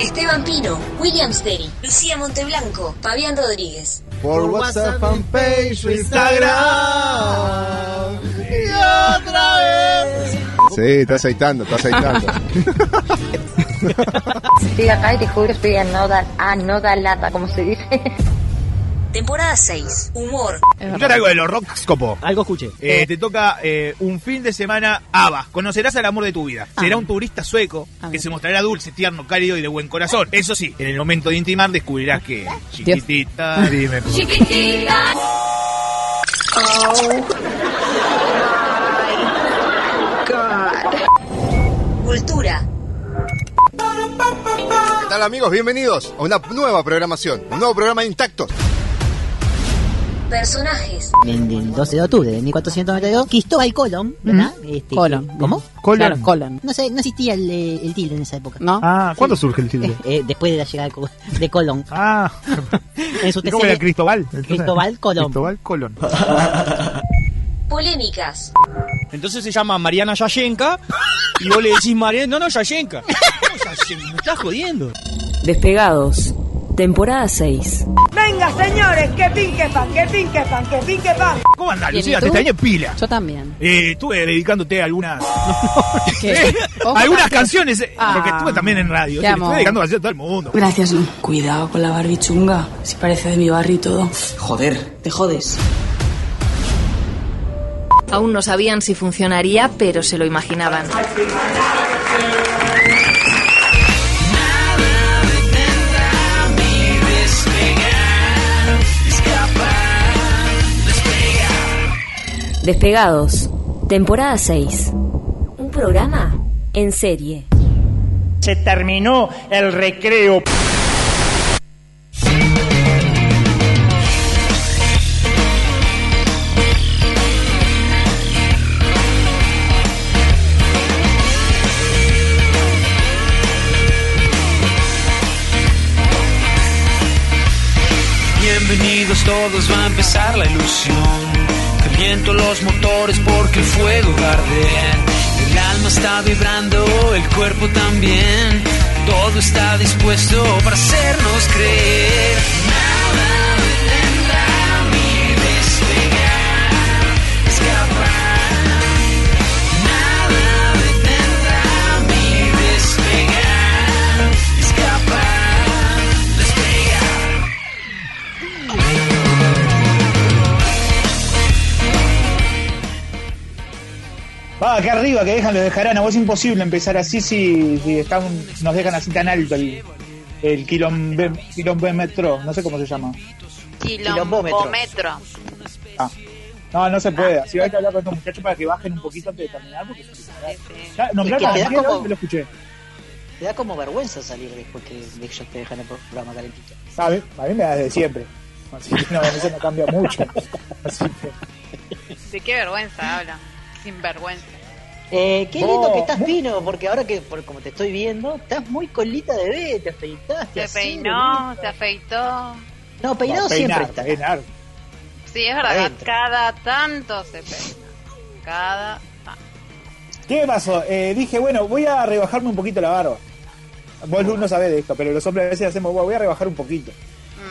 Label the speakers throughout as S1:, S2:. S1: Esteban Pino, William Steri, Lucía Monteblanco, Fabián Rodríguez.
S2: Por WhatsApp, fanpage, Instagram. Y otra vez. Sí, está aceitando, está aceitando.
S3: Estoy acá y te juro, estoy a no dar, a no dar lata, como se dice.
S1: Temporada 6. Humor.
S4: Yo traigo de los rockscopo.
S5: Algo escuché.
S4: Eh, te toca eh, un fin de semana ABBA. Conocerás al amor de tu vida.
S5: Ah.
S4: Será un turista sueco que se mostrará dulce, tierno, cálido y de buen corazón. Eso sí, en el momento de intimar descubrirás que... Chiquitita, dime.
S1: Chiquitita. Oh. God. Cultura.
S2: ¿Qué tal amigos? Bienvenidos a una nueva programación, un nuevo programa de Intactos.
S1: Personajes.
S6: En el 12 de octubre de 1492, Cristóbal Colón, ¿verdad? Este,
S5: Colón.
S6: ¿Cómo?
S5: Colón.
S6: Claro, Colón. No, sé, no existía el, eh, el tilde en esa época.
S5: ¿No?
S4: Ah, ¿cuándo surge el tilde?
S6: Eh, eh, después de la llegada de Col- de Colón.
S4: Ah,
S6: En su
S4: ¿y ¿cómo
S6: tercera-
S4: era Cristóbal? Entonces,
S6: Cristóbal Colón.
S4: Cristóbal Colón.
S1: Polémicas.
S7: Entonces se llama Mariana Yayenka y vos le decís Mariana, no, no, Yayenka. No, Yayenka, me estás jodiendo.
S8: Despegados, temporada 6.
S9: Venga, señores, que pinque pan, que pinque pan, que pinque pan.
S4: ¿Cómo andás,
S9: Bien, ¿y
S4: Lucía? Te
S9: tú?
S4: extrañé pila.
S5: Yo también.
S4: Eh, estuve dedicándote a algunas...
S5: ¿Qué? Ojo,
S4: algunas
S5: Martín.
S4: canciones, eh, porque estuve también en radio.
S5: Te
S4: sí, le
S5: amo.
S4: estuve dedicando canciones a todo el mundo.
S10: Gracias, Lu. Cuidado con la barbichunga. Si parece de mi barrio y todo.
S11: Joder.
S10: Te jodes.
S12: Aún no sabían si funcionaría, pero se lo imaginaban.
S8: Despegados, temporada 6. Un programa en serie.
S13: Se terminó el recreo.
S14: Bienvenidos todos, va a empezar la ilusión. Caliento los motores porque el fuego arde. El alma está vibrando, el cuerpo también. Todo está dispuesto para hacernos creer. Nada detendrá mi despegar, escapar. Nada detendrá mi despegar, escapar, despegar.
S13: Va, acá arriba, que dejan, lo dejarán. A vos es imposible empezar así si, si están, nos dejan así tan alto el, el quilombe, quilombómetro. No sé cómo se llama.
S11: Quilombómetro.
S13: Ah. No, no se puede. Así hay que hablar con estos muchachos para que bajen un poquito antes de terminar. Porque... Ya, nombrar
S6: Es que te da
S13: canciones,
S6: como-
S13: me lo escuché.
S6: Te da como vergüenza salir después que ellos te dejan el programa calentito.
S13: A mí, a mí me da desde siempre. Así que no, eso no cambia mucho. Así que...
S11: De qué
S6: Mm.
S11: vergüenza habla. Sin vergüenza.
S6: Eh, qué lindo
S13: Vos,
S6: que estás, Pino, porque ahora que, por, como te estoy viendo, estás muy colita de B, te afeitaste.
S11: Se
S6: así,
S11: peinó,
S6: bonito.
S11: se afeitó.
S6: No, peinado
S13: No,
S6: siempre
S13: peinar,
S6: está.
S13: peinar.
S11: Sí, es verdad.
S13: Adentro.
S11: Cada tanto se peina. Cada tanto.
S13: ¿Qué me pasó? Eh, dije, bueno, voy a rebajarme un poquito la barba. Vos, Luz, no sabés de esto, pero los hombres a veces hacemos, "Bueno, voy a rebajar un poquito.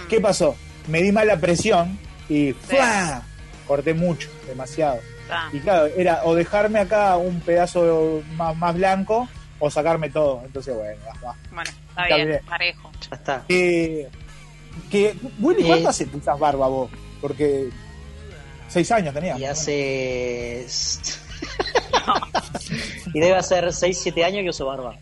S13: ¿Qué pasó? Me di mala presión y ¡fua! corté mucho, demasiado.
S11: Ta.
S13: Y claro, era o dejarme acá un pedazo más, más blanco o sacarme todo. Entonces, bueno, va, va.
S11: Bueno, está
S13: Está
S11: bien,
S13: bien.
S11: parejo.
S6: Ya está.
S13: Eh, que, Willy, ¿cuánto
S6: Eh.
S13: hace que usas barba vos? Porque seis años tenías.
S6: Y hace. y debe hacer 6, 7 años que uso barba.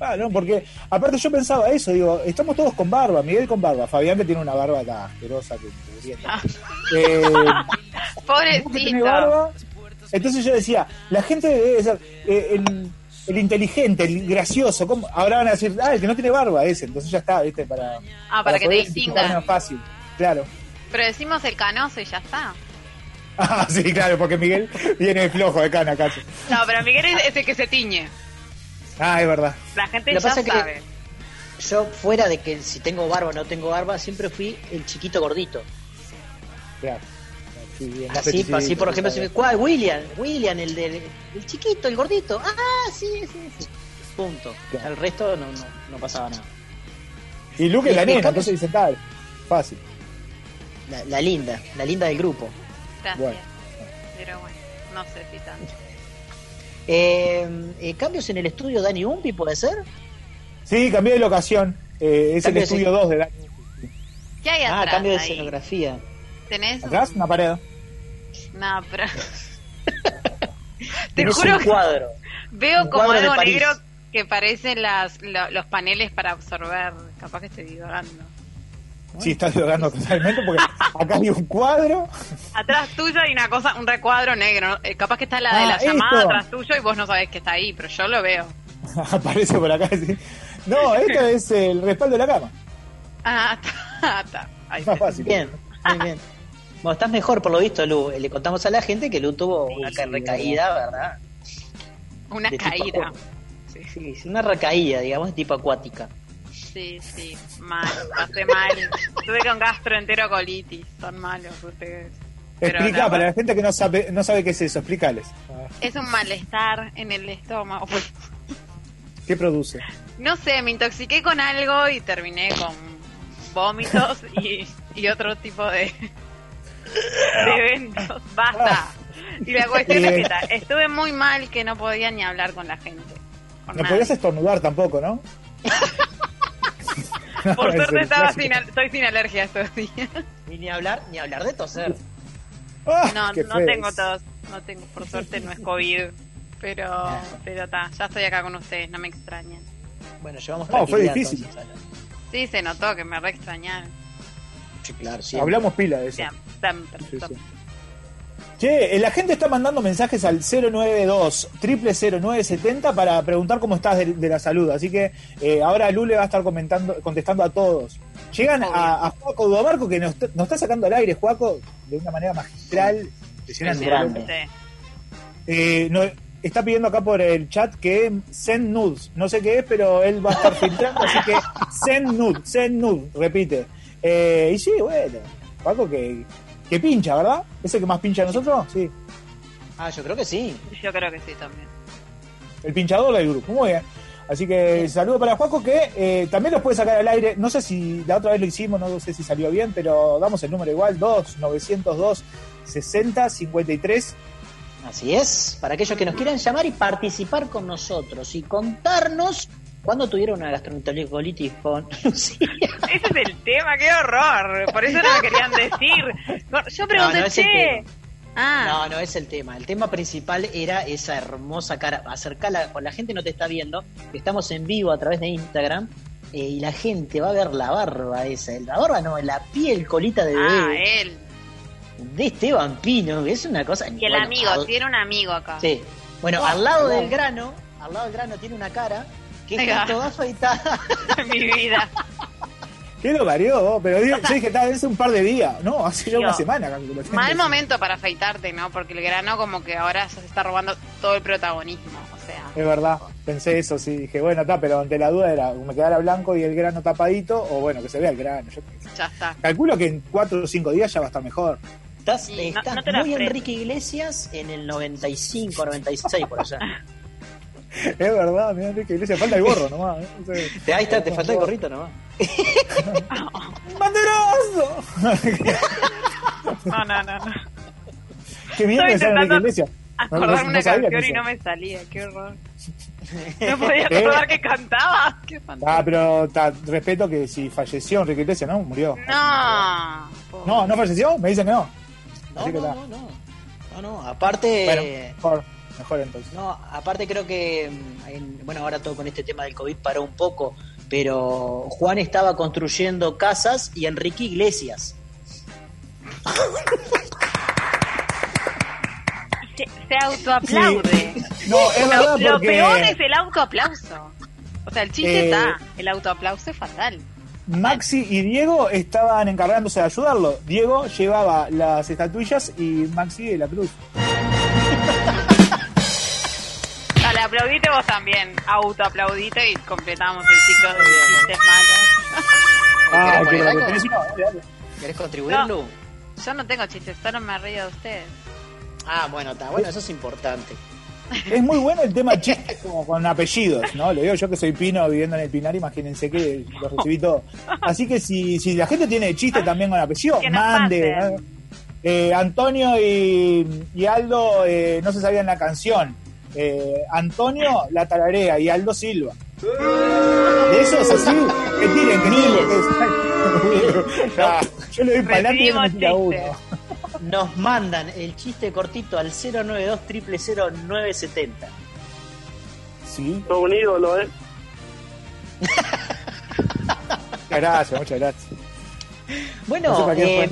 S13: Ah, no, porque aparte yo pensaba eso, digo, estamos todos con barba, Miguel con barba, Fabián que tiene una barba tan asquerosa que que orienta. Eh, vos que tenés
S11: Pobrecito.
S13: barba, entonces yo decía, la gente debe ser, eh, en- el inteligente, el gracioso. ¿cómo? Ahora van a decir, ah, el que no tiene barba ese. Entonces ya está, ¿viste? Para,
S14: Ah, para que te
S13: poder
S14: distingan.
S13: identificar más fácil, claro.
S14: Pero decimos el canoso y ya está.
S13: Ah, sí, claro, porque Miguel viene de flojo de cana casi.
S14: No, pero Miguel es, es el que se tiñe.
S13: Ah, es verdad.
S14: La gente
S6: Lo
S14: ya
S6: pasa que-
S14: sabe.
S6: Yo, fuera de que si tengo barba o no tengo barba, siempre fui el chiquito gordito.
S13: Claro. Sí, bien,
S6: Así,
S13: apetitito,
S6: así por ejemplo,
S13: sí,
S6: si me- ¿cuál? William, William, el del el chiquito, el gordito. Ah, sí, sí, sí. Punto. Al resto no, no, no pasaba nada.
S13: Y Luke es la
S6: Y-
S13: nena,
S6: y-
S13: entonces dice tal. Fácil.
S6: La, la linda, la linda del grupo.
S14: Gracias.
S13: Bueno.
S14: Pero bueno, no sé si tanto.
S6: Eh, eh, ¿Cambios en el estudio Dani Umpi puede ser?
S13: Sí, cambié de locación. Eh, es el
S6: Cambio de
S13: estudio 2 de la.
S14: ¿Qué hay
S6: Ah,
S14: atrás
S6: cambio de
S14: ahí?
S6: escenografía.
S14: ¿Tenés? un-
S13: ¿Atrás? Una pared.
S14: No, pero... Te
S6: Tenés
S14: juro
S6: un
S14: que
S6: cuadro.
S14: veo
S6: Un
S14: como
S6: cuadro de
S14: algo
S6: París.
S14: negro que parecen las, lo- los paneles para absorber. Capaz que estoy divagando.
S13: Sí, estás jugando totalmente porque acá hay un cuadro.
S14: Atrás tuyo hay una cosa, un recuadro negro. ¿no? Eh, capaz que está la de
S13: Ah,
S14: la llamada
S13: esto.
S14: atrás tuyo y vos no sabés que está ahí, pero yo lo veo.
S13: Aparece por acá. sí. No, esto es el respaldo de la cama.
S14: Ah, está, está. Ahí
S13: Más
S14: está.
S13: fácil.
S6: Bien, bien, bien. Bueno, estás mejor por lo visto, Lu. Eh, Le contamos a la gente que Lu tuvo una ca- recaída, ¿verdad?
S14: Una
S6: De tipo
S14: caída.
S6: acu- Sí, sí, una recaída, digamos, de tipo acuática.
S14: Sí, sí, mal, pasé mal. Tuve con gastroenterocolitis, son malos ustedes. Pero
S13: Explica,
S14: la-
S13: para la gente que no sabe, no sabe qué es eso, explícales.
S14: Es un malestar en el estómago.
S13: ¿Qué produce?
S14: No sé, me intoxiqué con algo y terminé con vómitos y, y otro tipo de, de eventos. Basta. Y la cuestión es que ta- estuve muy mal que no podía ni hablar con la gente. Con
S13: No
S14: nadie.
S13: podías estornudar tampoco, ¿no?
S14: Por
S13: Es
S14: suerte
S13: el
S14: estaba
S13: clásico.
S14: sin, al- estoy sin alergia estos días.
S6: Y ni hablar, ni hablar de toser.
S13: ¡Ah!
S14: No,
S6: qué
S14: no
S6: feo
S14: tengo
S6: es.
S14: tos, no tengo, por suerte no es COVID, pero pero ta, ya estoy acá con ustedes, no me extrañan.
S6: Bueno, llevamos
S13: No, fue
S6: tranquilidad,
S13: difícil.
S6: entonces, Ana.
S14: Sí, se notó que me re extrañaron.
S6: Sí, claro, sí.
S13: Hablamos pila de eso.
S14: Bien, siempre,
S13: Sí,
S14: siempre.
S13: Che, eh, la gente está mandando mensajes al 092 0970 para preguntar cómo estás de, de la salud. Así que eh, ahora Lule va a estar comentando, contestando a todos. Llegan a, a Juaco Duamarco que nos, nos está sacando al aire, Juaco, de una manera magistral. Impresionante.
S14: Grande.
S13: Eh, no- está pidiendo acá por el chat que send nudes. No sé qué es, pero él va a estar filtrando, así que send nude, send nude, repite. Eh, y sí, bueno, Paco que, que pincha, ¿verdad? ¿Es el que más pincha de nosotros? Sí.
S6: Ah, yo creo que sí.
S14: Yo creo que sí también.
S13: El pinchador del grupo, muy bien. Así que saludo para Juaco que eh, también los puede sacar al aire. No sé si la otra vez lo hicimos, no sé si salió bien, pero damos el número igual, 2 902 60 53
S6: Así es. Para aquellos que nos quieran llamar y participar con nosotros y contarnos cuándo tuvieron una gastroenterocolitis con Lucía.
S14: Ese es el tema, qué horror. Por eso no me querían decir. Yo pregunté,
S6: No, no es el
S14: che.
S6: tema.
S14: Ah,
S6: No, no es el tema. El tema principal era esa hermosa cara. Acercala, la gente no te está viendo. Estamos en vivo a través de Instagram. eh, y la gente va a ver la barba esa. La barba no, la piel colita de
S14: ah,
S6: bebé
S14: él.
S6: de Esteban Pino. Es una cosa.
S14: Y el
S6: bueno,
S14: amigo,
S6: al-
S14: tiene un amigo acá.
S6: Sí. Bueno,
S14: Oh,
S6: al lado
S14: wow.
S6: del grano, al lado del grano tiene una cara que
S14: Ahí
S6: está
S14: va.
S6: toda afeitada.
S14: Mi vida.
S13: ¿Qué lo parió? vos? Pero digo, yo dije, tal, hace un par de días. No, hace ya
S14: Digo,
S13: una semana. casi que lo tengo.
S14: Mal momento para afeitarte, ¿no? Porque el grano como que ahora se está robando todo el protagonismo. O sea,
S13: Es verdad, pensé eso, sí. Dije, bueno, está, pero ante la duda era, me quedara blanco y el grano tapadito, o bueno, que se vea el grano. Yo qué sé.
S14: ya está.
S13: calculo que en cuatro o cinco días ya va a estar mejor.
S6: Estás,
S14: Sí, no-
S6: estás
S14: no te la
S6: muy
S14: ofrece.
S6: Enrique Iglesias en el 95, 96 por allá.
S13: Es verdad, mira, Enrique Iglesias, falta el gorro nomás. ¿eh? No sé.
S6: Te- Ahí está, te faltó el gorrito nomás.
S13: ¡Banderoso!
S14: No, no, no. no.
S13: Qué bien
S14: Estoy
S13: que sea Enrique
S14: intentando
S13: Iglesias.
S14: Acordar una
S13: sabía
S14: canción
S13: que
S14: y
S13: sea.
S14: no me salía, qué horror. No podía acordar que cantaba. Qué
S13: Ah,
S14: fantástico.
S13: pero ta, respeto que si falleció Enrique Iglesias, ¿no? Murió.
S14: No. pobre.
S13: No, no falleció, me dicen que no.
S6: No,
S13: Así que
S6: no,
S13: está.
S6: no, Eh. no. No, no, Aparte,
S13: Bueno, mejor, mejor entonces.
S6: no, aparte creo que, mm, en- bueno, ahora todo con este tema del COVID paró un poco, pero Juan estaba construyendo casas y Enrique Iglesias.
S14: Se, se autoaplaude.
S13: Sí. No, es
S14: Lo-
S13: verdad
S14: lo,
S13: porque-
S14: peor es el autoaplauso. O sea, el chiste
S13: Eh,
S14: está. El autoaplauso es fatal.
S13: Maxi y Diego estaban encargándose de ayudarlo. Diego llevaba las estatuillas y Maxi la cruz.
S14: Dale, aplaudite vos también. Autoaplaudite y completamos el ciclo de chistes malos.
S6: Ah,
S13: ¿Querés
S6: claro,
S13: poner algo?
S6: ¿Tenés- ¿Querés
S14: No,
S6: contribuir, Lu?
S14: yo no tengo chistes, solo me río de ustedes.
S6: Ah, bueno, está. Bueno, eso es importante.
S13: Es muy bueno el tema chiste como con apellidos, ¿no? Lo digo yo que soy pino viviendo en el Pinar, imagínense que lo recibí todo. Así que si, si la gente tiene chiste también con apellidos,
S14: Que nos
S13: mande.
S14: pasen.
S13: ¿no? Eh, Antonio y, y Aldo eh, no se sabían la canción. Eh, Antonio la tararea y Aldo Silva. De esos así, que tiren, que tiren. Ya, Yo le doy para adelante y no me tira uno.
S6: Nos mandan el chiste cortito al 092 0970
S13: Sí.
S15: Todo un ídolo, ¿eh?
S13: Muchas gracias, muchas gracias.
S6: Bueno,
S13: No sé para qué
S6: eh,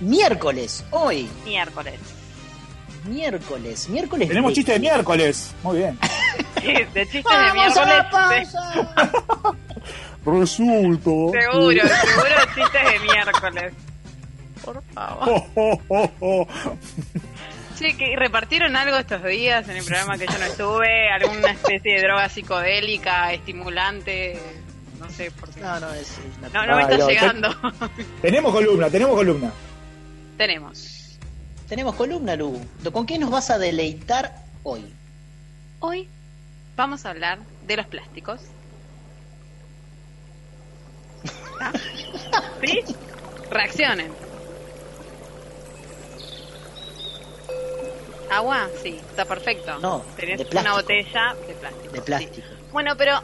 S6: miércoles, hoy.
S14: Miércoles.
S6: Miércoles, miércoles.
S13: Tenemos
S6: de-
S13: chiste de miércoles. Muy bien.
S14: de chistes de
S6: Vamos a la
S14: miércoles.
S13: Resulto.
S14: Seguro, seguro de chistes de miércoles. Por favor. Sí, que repartieron algo estos días en el programa que yo no estuve, alguna especie de droga psicodélica, estimulante, no sé por qué. No,
S6: no, es, no,
S14: no, me
S13: Ay,
S14: está
S13: Ah, no,
S14: llegando.
S13: Tenemos columna, tenemos columna.
S14: Tenemos.
S6: Tenemos columna, Lu. ¿Con qué nos vas a deleitar hoy?
S14: Hoy vamos a hablar de los plásticos. ¿Ah? ¿Sí? Reaccionen. Agua, sí, está perfecto.
S6: No,
S14: Tenés
S6: de
S14: una
S6: plástico.
S14: botella de plástico.
S6: De plástico.
S14: Bueno, pero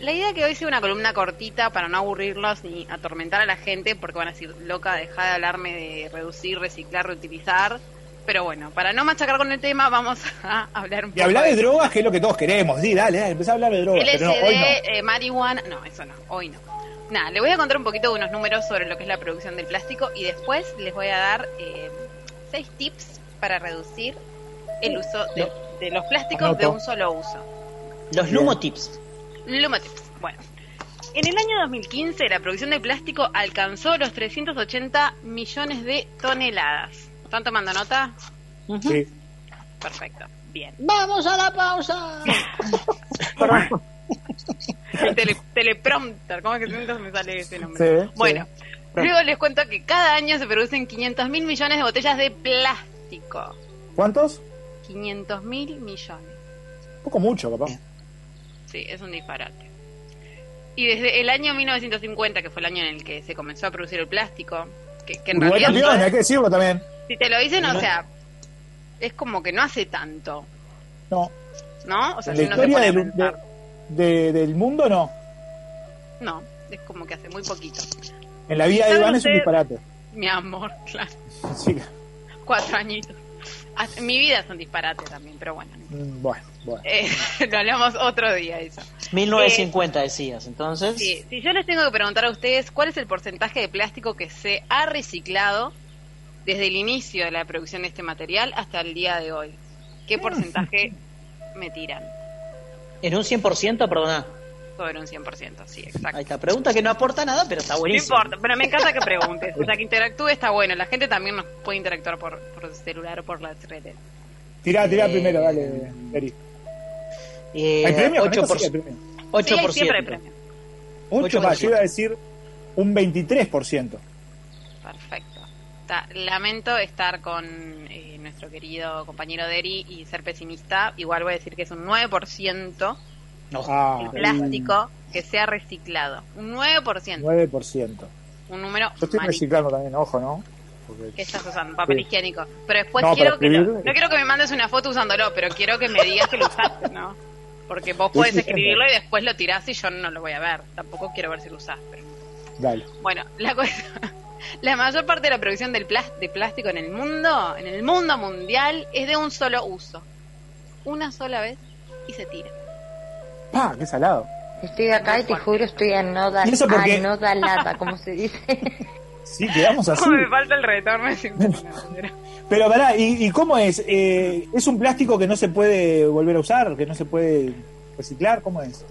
S14: la idea que hoy sea una columna cortita para no aburrirlos ni atormentar a la gente porque van a decir, loca, deja de hablarme de reducir, reciclar, reutilizar. Pero bueno, para no machacar con el tema, vamos a hablar un
S13: Y
S14: poco
S13: hablar de
S14: de
S13: drogas, que es lo que todos queremos. Sí, dale, dale, empezá a hablar de drogas.
S14: LSD,
S13: Pero no, hoy no.
S14: eh, marihuana. No, eso no, hoy no. Nada, les voy a contar un poquito de unos números sobre lo que es la producción del plástico y después les voy a dar eh, seis tips para reducir el uso de, de los plásticos
S6: Anoto.
S14: de un solo uso.
S6: Los Lumotips.
S14: Lumotips. Bueno, en el año 2015 la producción de plástico alcanzó los 380 millones de toneladas. ¿Están tomando nota?
S13: Sí.
S14: Perfecto. Bien.
S6: Vamos a la pausa.
S14: El tele- teleprompter, ¿cómo es que nunca me sale ese nombre?
S6: Sí,
S14: bueno,
S6: sí.
S14: luego les cuento que cada año se producen 500 mil millones de botellas de plástico.
S13: ¿Cuántos?
S14: 500 mil millones.
S13: Poco mucho, capaz.
S14: Sí, es un disparate. Y desde el año 1950, que fue el año en el que se comenzó a producir el plástico, que, que en
S13: Uruguay
S14: realidad...
S13: campeón, hay que decirlo también.
S14: Si te lo dicen, o
S13: No.
S14: sea, es como que no hace tanto,
S13: No.
S14: ¿no? O sea,
S13: en la
S14: si uno se
S13: historia
S14: pone a
S13: del,
S14: pensar.
S13: de- de- del mundo, no.
S14: No, es como que hace muy poquito.
S13: En la vida de
S14: ¿Saben
S13: Iván es un
S14: ustedes?
S13: disparate.
S14: Mi amor, claro.
S13: Sí.
S14: Cuatro añitos. Hasta- Mi vida es un disparate también, pero bueno.
S13: Mm, Bueno, bueno.
S14: Eh, lo hablamos otro día eso.
S6: 1950 decías, entonces.
S14: Eh, Sí, si yo les tengo que preguntar a ustedes cuál es el porcentaje de plástico que se ha reciclado desde el inicio de la producción de este material hasta el día de hoy, ¿qué porcentaje me tiran?
S6: En un 100%, perdona.
S14: Sobre un 100%, sí, exacto.
S6: Ahí está. Pregunta que no aporta nada, pero está buenísimo.
S14: No importa, pero me encanta que preguntes. O sea, que interactúe está bueno. La gente también nos puede interactuar por, por celular o por las redes.
S13: Tirá, tirá
S6: Eh,
S13: primero, dale, Eri.
S6: Eh,
S13: ¿Hay premio? Con
S6: 8%.
S13: esto sí hay premio.
S14: Sí, hay
S6: 8%.
S14: siempre premio.
S13: 8 más, yo iba a decir un 23%.
S14: Perfecto. Ta- lamento estar con eh, nuestro querido compañero Deri y ser pesimista. Igual voy a decir que es un 9%
S13: Ah,
S14: el plástico que se ha reciclado. Un 9%.
S13: 9%.
S14: Un número
S13: Yo estoy
S14: malísimo.
S13: reciclando también, ojo, ¿no? Porque-
S14: ¿Qué estás usando? Papel
S13: Sí.
S14: higiénico. Pero después
S13: No,
S14: quiero
S13: para
S14: que... lo-
S13: escribir.
S14: no quiero que me mandes una foto usándolo, pero quiero que me digas que lo usaste, ¿no? Porque vos
S13: Estoy
S14: podés
S13: usando.
S14: escribirlo y después lo tirás y yo no lo voy a ver. Tampoco quiero ver si lo usás. Pero...
S13: Dale.
S14: Bueno, la cosa... La mayor parte de la producción del plas- de plástico en el mundo, en el mundo mundial, es de un solo uso. Una sola vez y se tira.
S13: ¡Pah! ¡Qué salado!
S8: Estoy acá y te juro estoy anodal-
S13: ¿Y eso por qué?
S8: anodalada, como se dice.
S13: Sí, quedamos así.
S14: me falta el retorno.
S13: Pero verá, ¿y, y cómo es? Eh, ¿Es un plástico que no se puede volver a usar? ¿Que no se puede reciclar? ¿Cómo es?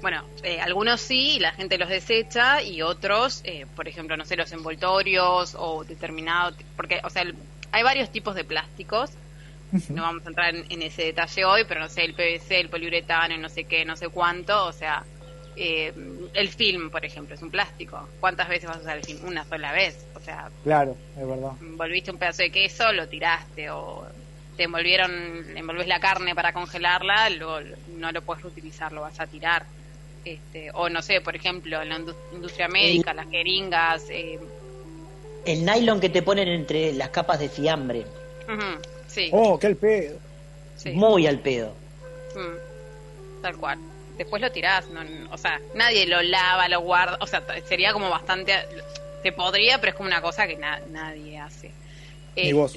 S14: Bueno, eh, algunos sí, la gente los desecha y otros, eh, por ejemplo, no sé, los envoltorios o determinado, porque, o sea, el- hay varios tipos de plásticos. No vamos a entrar en, en ese detalle hoy, pero no sé, el PVC, el poliuretano, el no sé qué, no sé cuánto, o sea, eh, el film, por ejemplo, es un plástico. ¿Cuántas veces vas a usar el film? Una sola vez, o sea,
S13: Claro, es verdad.
S14: envolviste un pedazo de queso, lo tiraste o te envolvieron, envolvés la carne para congelarla, luego lo- no lo puedes reutilizar, lo vas a tirar. Este, o no sé, por ejemplo, en la indu- industria médica, las jeringas, eh,
S6: El nylon que te ponen entre las capas de fiambre.
S14: ujú, sí,
S13: Oh, qué el pedo.
S14: Sí.
S6: Muy al pedo.
S14: mm, tal cual. Después lo tirás, no, n- o sea, nadie lo lava, lo guarda, o sea, t- sería como bastante, se podría, pero es como una cosa que na- nadie hace. Este,
S13: Ni vos.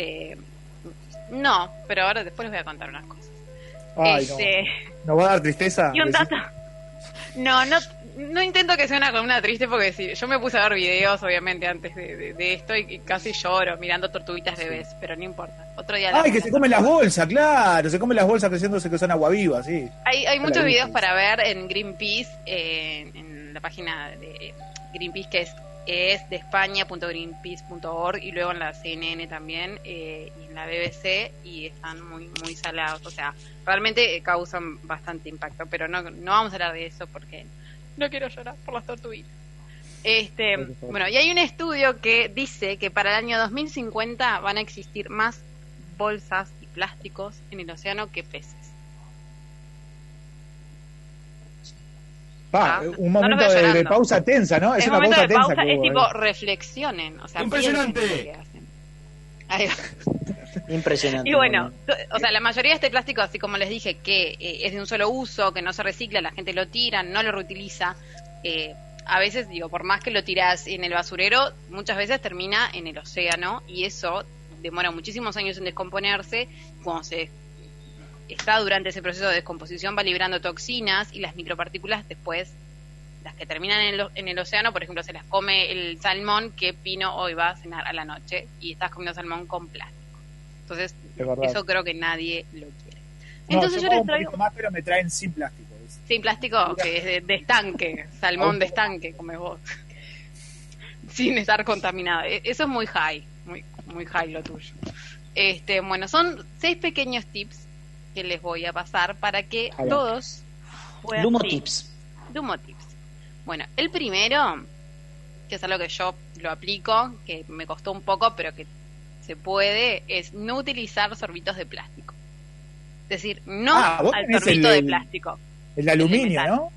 S14: No, pero ahora después les voy a contar unas cosas.
S13: Ay,
S14: Este,
S13: no. ¿Nos va a dar tristeza?
S14: Y un
S13: decir-
S14: dato. No, no, no intento que sea una columna triste porque si, yo me puse a ver videos, obviamente, antes de, de- de esto y, y casi lloro mirando tortuguitas bebés, pero no importa. Otro día.
S13: Ay,
S14: hablamos
S13: que
S14: de-
S13: se comen las bolsas, claro. Se comen las bolsas creciéndose que son agua viva, sí.
S14: Hay, hay
S13: Hola,
S14: muchos
S13: Greenpeace.
S14: videos para ver en Greenpeace, eh, en la página de Greenpeace que es, es de España.greenpeace.org y luego en la CNN también eh, y en la BBC y están muy muy salados. O sea, realmente eh, causan bastante impacto, pero no, no vamos a hablar de eso porque no quiero llorar por las tortuguitas. Este, bueno, y hay un estudio que dice que para el año 2050 van a existir más bolsas y plásticos en el océano que peces.
S13: Pa,
S14: Ah,
S13: eh, un
S14: no lo
S13: momento
S14: veo
S13: de, de
S14: llorando.
S13: pausa tensa, ¿no? Es,
S14: Es
S13: una
S14: momento
S13: pausa
S14: de
S13: tensa.
S14: pausa,
S13: que
S14: es
S13: hubo,
S14: tipo
S13: ¿eh?
S14: reflexionen. O sea,
S13: Impresionante.
S14: piensen lo que hacen. Ahí va.
S6: Impresionante.
S14: Y bueno, t- o sea, la mayoría de este plástico, así como les dije, que eh, es de un solo uso, que no se recicla, la gente lo tira, no lo reutiliza. eh, a veces, digo, por más que lo tiras en el basurero, muchas veces termina en el océano y eso demora muchísimos años en descomponerse. Cuando se está durante ese proceso de descomposición, va librando toxinas y las micropartículas después, las que terminan en el, o- en el océano, por ejemplo, se las come el salmón que Pino hoy va a cenar a la noche y estás comiendo salmón con plástico. Entonces,
S13: Es verdad.
S14: eso creo que nadie lo quiere.
S13: No,
S14: Entonces yo
S13: como
S14: les
S13: un
S14: traigo
S13: poquito más, pero me traen sin plástico. es-
S14: sin plástico, que es de, de estanque, salmón de estanque, comes vos. Sin estar contaminado. E- Eso es muy high, muy, muy high lo tuyo. Este, bueno, son seis pequeños tips que les voy a pasar para que
S6: Adelante.
S14: todos puedan...
S6: Lumo
S14: pues, Sí,
S6: tips.
S14: Lumo tips. Bueno, el primero, que es algo que yo lo aplico, que me costó un poco, pero que se puede, es no utilizar sorbitos de plástico. Es decir, no
S6: Ah, vos
S14: al
S6: tenés el-
S14: sorbito de
S6: el-
S14: plástico.
S13: El de aluminio, ¿no?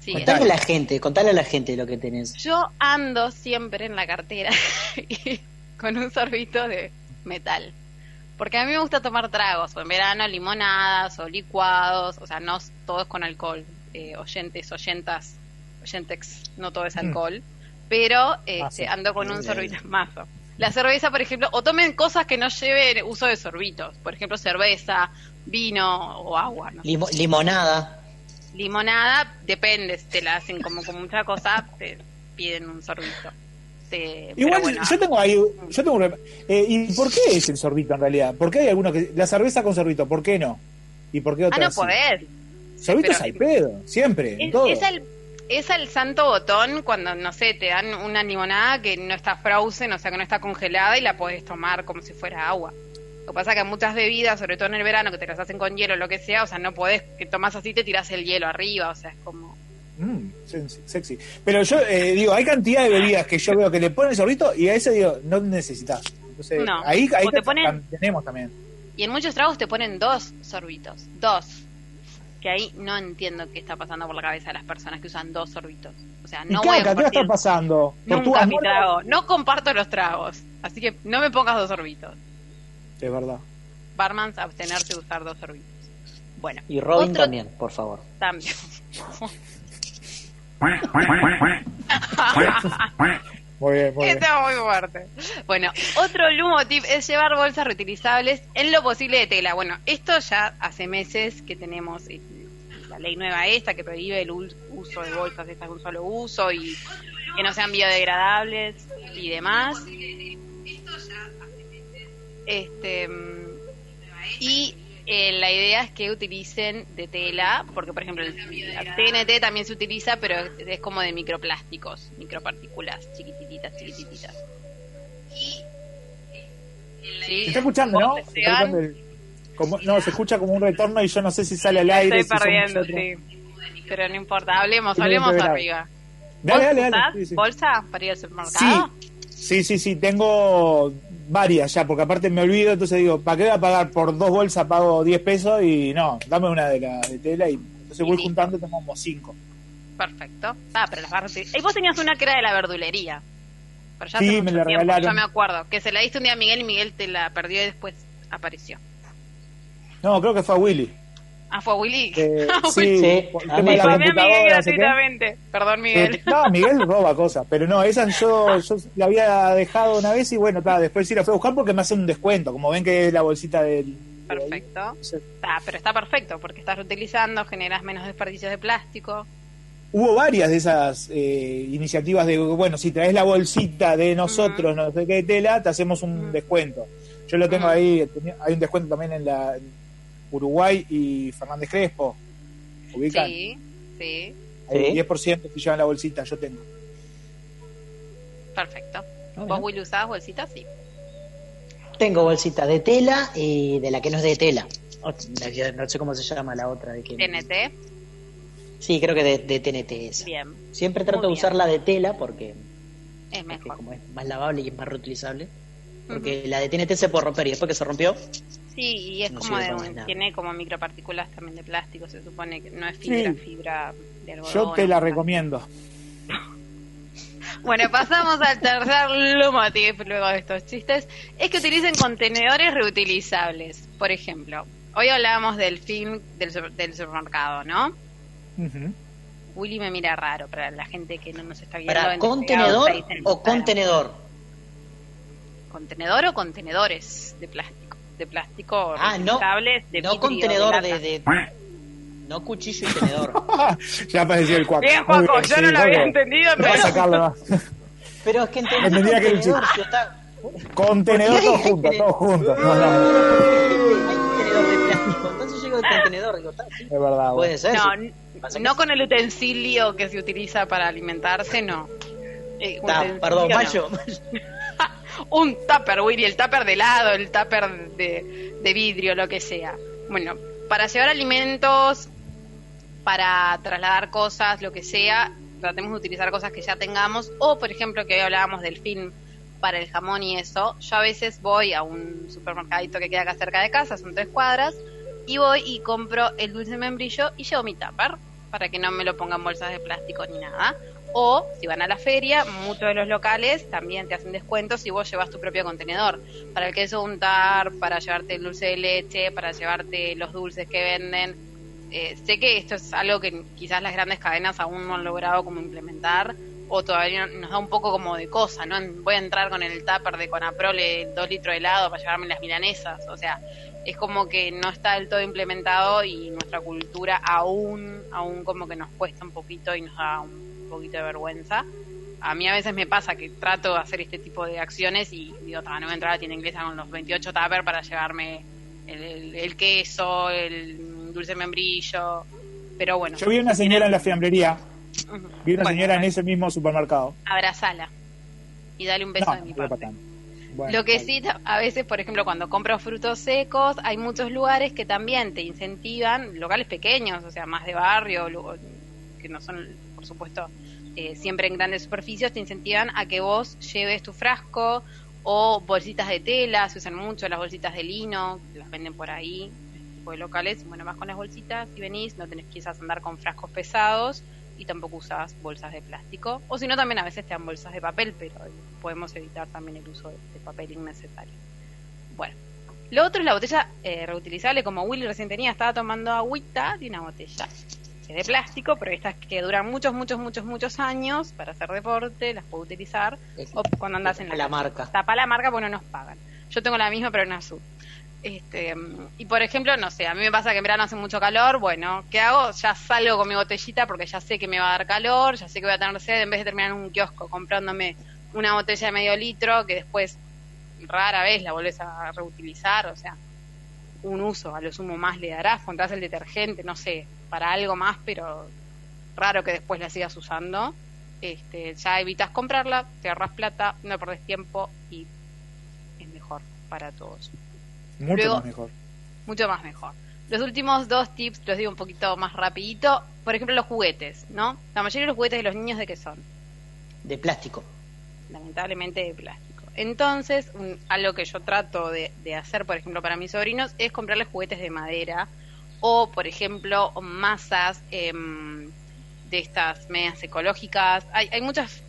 S14: Sí,
S6: Contale a la gente, contale a la gente lo que tenés.
S14: Yo ando siempre en la cartera y con un sorbito de metal. Porque a mí me gusta tomar tragos, o en verano limonadas o licuados, o sea, no s- todo es con alcohol. Eh, oyentes, oyentas, oyentex, no todo es alcohol. Pero eh,
S12: Mazo.
S14: este, ando con un
S12: Bien.
S14: sorbito mazo. La cerveza, por ejemplo, o tomen cosas que no lleven uso de sorbitos. Por ejemplo, cerveza, vino o agua. ¿no?
S6: Limo- limonada.
S14: Limonada, depende, si te la hacen como con mucha cosa, te piden un sorbito. Te- pero
S13: Igual
S14: bueno,
S13: yo tengo ahí, yo tengo un problema. Eh, ¿Y por qué es el sorbito en realidad? ¿Por qué hay algunos que la cerveza con sorbito? ¿Por qué no? ¿Y por qué
S14: ah,
S13: otras?
S14: no
S13: sí?
S14: podés.
S13: Sorbitos
S14: pero-
S13: hay pedo, siempre, en
S14: Es,
S13: todo.
S14: es el, es el santo botón cuando, no sé, te dan una limonada que no está frozen, o sea, que no está congelada y la podés tomar como si fuera agua. Lo que pasa que muchas bebidas, sobre todo en el verano, que te las hacen con hielo o lo que sea, o sea, no podés, que tomás así te tirás el hielo arriba, o sea, es como...
S13: Mm, sexy, sexy. Pero yo eh, digo, hay cantidad de bebidas que yo veo que le ponen sorbito y a ese digo, no necesitas. Entonces,
S14: No.
S13: ahí, ahí
S14: O te
S13: tam-
S14: ponen-
S13: tenemos también.
S14: Y en muchos tragos te ponen dos sorbitos. Dos. Que ahí no entiendo qué está pasando por la cabeza de las personas que usan dos sorbitos. O sea, no
S13: y
S14: voy
S13: Caca,
S14: a
S13: ¿qué va a estar
S14: compartir
S13: pasando?
S14: nunca
S13: ¿Tortugas
S14: mi
S13: muertas?
S14: trago. No comparto los tragos. Así que no me pongas dos sorbitos.
S13: Es verdad.
S14: Barmans, abstenerse de usar dos sorbitos. Bueno.
S6: Y Robin
S14: otro
S6: también, por favor.
S14: también.
S13: Muy bien, muy bien.
S14: Está muy fuerte. Bueno, otro lumo tip es llevar bolsas reutilizables en lo posible de tela. Bueno, esto ya hace meses que tenemos eh, la ley nueva esta que prohíbe el ul- uso de bolsas de estas de un solo uso y que no sean biodegradables y demás. Este, mm, y eh, la idea es que utilicen de tela, porque por ejemplo el TNT también se utiliza, pero es- es como de microplásticos, micropartículas chiquititas, chiquititas. Y
S13: Se está escuchando, ¿no? Se está escuchando el- como- no, se escucha como un retorno y yo no sé si sale al aire.
S14: estoy
S13: si somos
S14: perdiendo,
S13: nosotros.
S14: sí. Pero no importa, hablemos,
S13: Tiene que
S14: hablemos
S13: ver algo.
S14: arriba.
S13: Dale, dale,
S14: ¿Bolsa
S13: dale.
S14: usás? ¿Bolsa para ir al supermercado?
S13: Sí, sí, sí, sí, tengo varias ya, porque aparte me olvido, entonces digo, ¿para qué voy a pagar por dos bolsas? Pago 10 pesos y no, dame una de, la, de tela y entonces voy juntando, tengo como 5.
S14: Perfecto. Ah, pero las barras. Y vos tenías una que era de la verdulería. Pero ya
S13: Sí,
S14: hace
S13: me
S14: mucho
S13: la
S14: tiempo,
S13: regalaron.
S14: Yo me acuerdo. Que se la diste un día a Miguel y Miguel te la perdió y después apareció.
S13: No, creo que fue a Willy.
S14: Ah, fue a Willy.
S13: Eh,
S14: A
S13: sí,
S14: Willy.
S13: por
S14: Y
S13: tema de la
S14: fue a Miguel
S13: computadora, no sé qué.
S14: gratuitamente. Perdón, Miguel.
S13: Eh, no, Miguel roba cosas, pero no, esa yo, yo la había dejado una vez y bueno, ta, después sí la fui a buscar porque me hacen un descuento, como ven que es la bolsita del...
S14: Perfecto. Ah, pero está perfecto porque estás reutilizando, generas menos desperdicios de plástico.
S13: Hubo varias de esas eh, iniciativas de, bueno, si traes la bolsita de nosotros, no sé qué tela, te hacemos un descuento. Yo lo tengo ahí, tenía- hay un descuento también en la en Uruguay y Fernández Crespo. Ubican.
S14: Sí, sí.
S13: Hay
S6: Sí.
S13: 10% que llevan la bolsita, yo tengo.
S14: Perfecto.
S13: Ah,
S14: ¿Vos, Willy, usabas bolsitas? Sí.
S6: Tengo bolsitas de tela y de la que no es de tela. O- la que- No sé cómo se llama la otra. De que...
S14: TNT.
S6: Sí, creo que de, de TNT esa.
S14: Bien.
S6: Siempre trato de
S14: Muy bien.
S6: usar la de tela porque
S14: Es mejor.
S6: como es más lavable y es más reutilizable. Porque la de TNT se puede romper y después que se rompió,
S14: Sí, y es
S6: No
S14: como
S6: sirve
S14: de
S6: para
S14: un-
S6: nada.
S14: tiene como micropartículas también de plástico, se supone que no es fibra,
S13: Sí.
S14: fibra de algodón.
S13: Yo te la recomiendo.
S14: Bueno, pasamos al tercer motivo luego de estos chistes, es que utilicen contenedores reutilizables. Por ejemplo, hoy hablábamos del film del, super- del supermercado, ¿no?
S13: Ujú.
S14: Willy me mira raro para la gente que no nos está viendo.
S6: ¿para
S14: en este
S6: contenedor
S14: Pegados, ahí
S6: o contenedor?
S14: en- contenedor o contenedores de plástico, de plástico
S6: Ah, no.
S14: reutilizables, de
S6: No
S14: vidrio,
S6: contenedor
S14: lata.
S6: de, de- No cuchillo y tenedor.
S13: ya apareció el cuaco.
S14: Bien,
S13: Muy
S14: Juaco, yo no
S13: sí,
S14: lo había
S13: Juaco.
S14: entendido,
S13: Voy a
S14: pero-
S13: sacarlo más.
S6: Pero es que entendí
S13: Entendía que era un
S6: contenedor,
S13: chiste.
S6: si está-
S13: Contenedor todos juntos, todos juntos. No, no,
S6: Hay contenedor de plástico. Entonces llego de contenedor. Digo, está, sí.
S13: es verdad.
S6: Puede
S13: Ah, bueno.
S6: ser.
S14: No,
S6: sí.
S14: n- no con el utensilio que se utiliza para alimentarse, no. Eh,
S6: Está,
S14: utensilio
S6: perdón,
S14: no.
S6: Mayo.
S14: Un tupper, Willy, el tupper de helado, el tupper de, de vidrio, lo que sea. Bueno, para llevar alimentos, para trasladar cosas, lo que sea, tratemos de utilizar cosas que ya tengamos. O, por ejemplo, que hoy hablábamos del film para el jamón y eso. Yo a veces voy a un supermercadito que queda acá cerca de casa, son tres cuadras, y voy y compro el dulce membrillo y llevo mi tupper para que no me lo pongan bolsas de plástico ni nada. O si van a la feria, muchos de los locales también te hacen descuentos si vos llevas tu propio contenedor. Para el queso untar, para llevarte el dulce de leche, para llevarte los dulces que venden. Eh, sé que esto es algo que quizás las grandes cadenas aún no han logrado como implementar o todavía nos da un poco como de cosa, ¿no? Voy a entrar con el tupper de Conaprole, dos litros de helado para llevarme las milanesas, o sea, es como que no está del todo implementado y nuestra cultura aún, aún como que nos cuesta un poquito y nos da un poquito de vergüenza. A mí a veces me pasa que trato de hacer este tipo de acciones y digo, "Ta, no voy a entrar a la tienda inglesa con los 28 tupper para llevarme el, el- el queso, el dulce membrillo, pero bueno,
S13: Yo vi una señora en la fiambrería.
S14: Ujú.
S13: Vi una señora en ese mismo supermercado.
S14: abrazala y dale un beso
S13: No,
S14: de mi
S13: no era
S14: parte.
S13: para tanto. Bueno,
S14: Lo que sí, ta- a veces, por ejemplo, cuando compro frutos secos, hay muchos lugares que también te incentivan, locales pequeños, o sea, más de barrio, lu- que no son, por supuesto, eh, siempre en grandes superficies, te incentivan a que vos lleves tu frasco o bolsitas de tela, se usan mucho las bolsitas de lino, las venden por ahí, este tipo de locales, y bueno, vas con las bolsitas y venís, no tenés quizás andar con frascos pesados y tampoco usás bolsas de plástico, o si no también a veces te dan bolsas de papel, pero podemos evitar también el uso de, de papel innecesario. Bueno, lo otro es la botella eh, reutilizable, como Willy recién tenía, estaba tomando agüita de una botella que es de plástico, pero estas que duran muchos, muchos, muchos, muchos años para hacer deporte, las puedo utilizar, o cuando andas en la,
S6: la
S14: calle.
S6: marca.
S14: Tapa la marca porque no nos pagan. Yo tengo la misma, pero en azul. Este, mm, y por ejemplo, no sé, a mí me pasa que en verano hace mucho calor, bueno, ¿qué hago? Ya salgo con mi botellita porque ya sé que me va a dar calor, ya sé que voy a tener sed, en vez de terminar en un kiosco comprándome una botella de medio litro que después rara vez la volvés a reutilizar, o sea, un uso, a lo sumo más le darás, pondrás el detergente, no sé, para algo más, pero raro que después la sigas usando. Este, ya evitas comprarla, te ahorras plata, no perdés tiempo y es mejor para todos.
S13: Mucho
S14: Luego-
S13: más mejor.
S14: mucho más mejor. Los últimos dos tips los digo un poquito más rapidito. Por ejemplo, los juguetes, ¿no? La mayoría de los juguetes de los niños de qué son?
S6: De plástico.
S14: Lamentablemente de plástico. Entonces, un- algo que yo trato de, de hacer, por ejemplo, para mis sobrinos, es comprarles juguetes de madera o, por ejemplo, masas em, de estas medias ecológicas. Hay, hay muchas...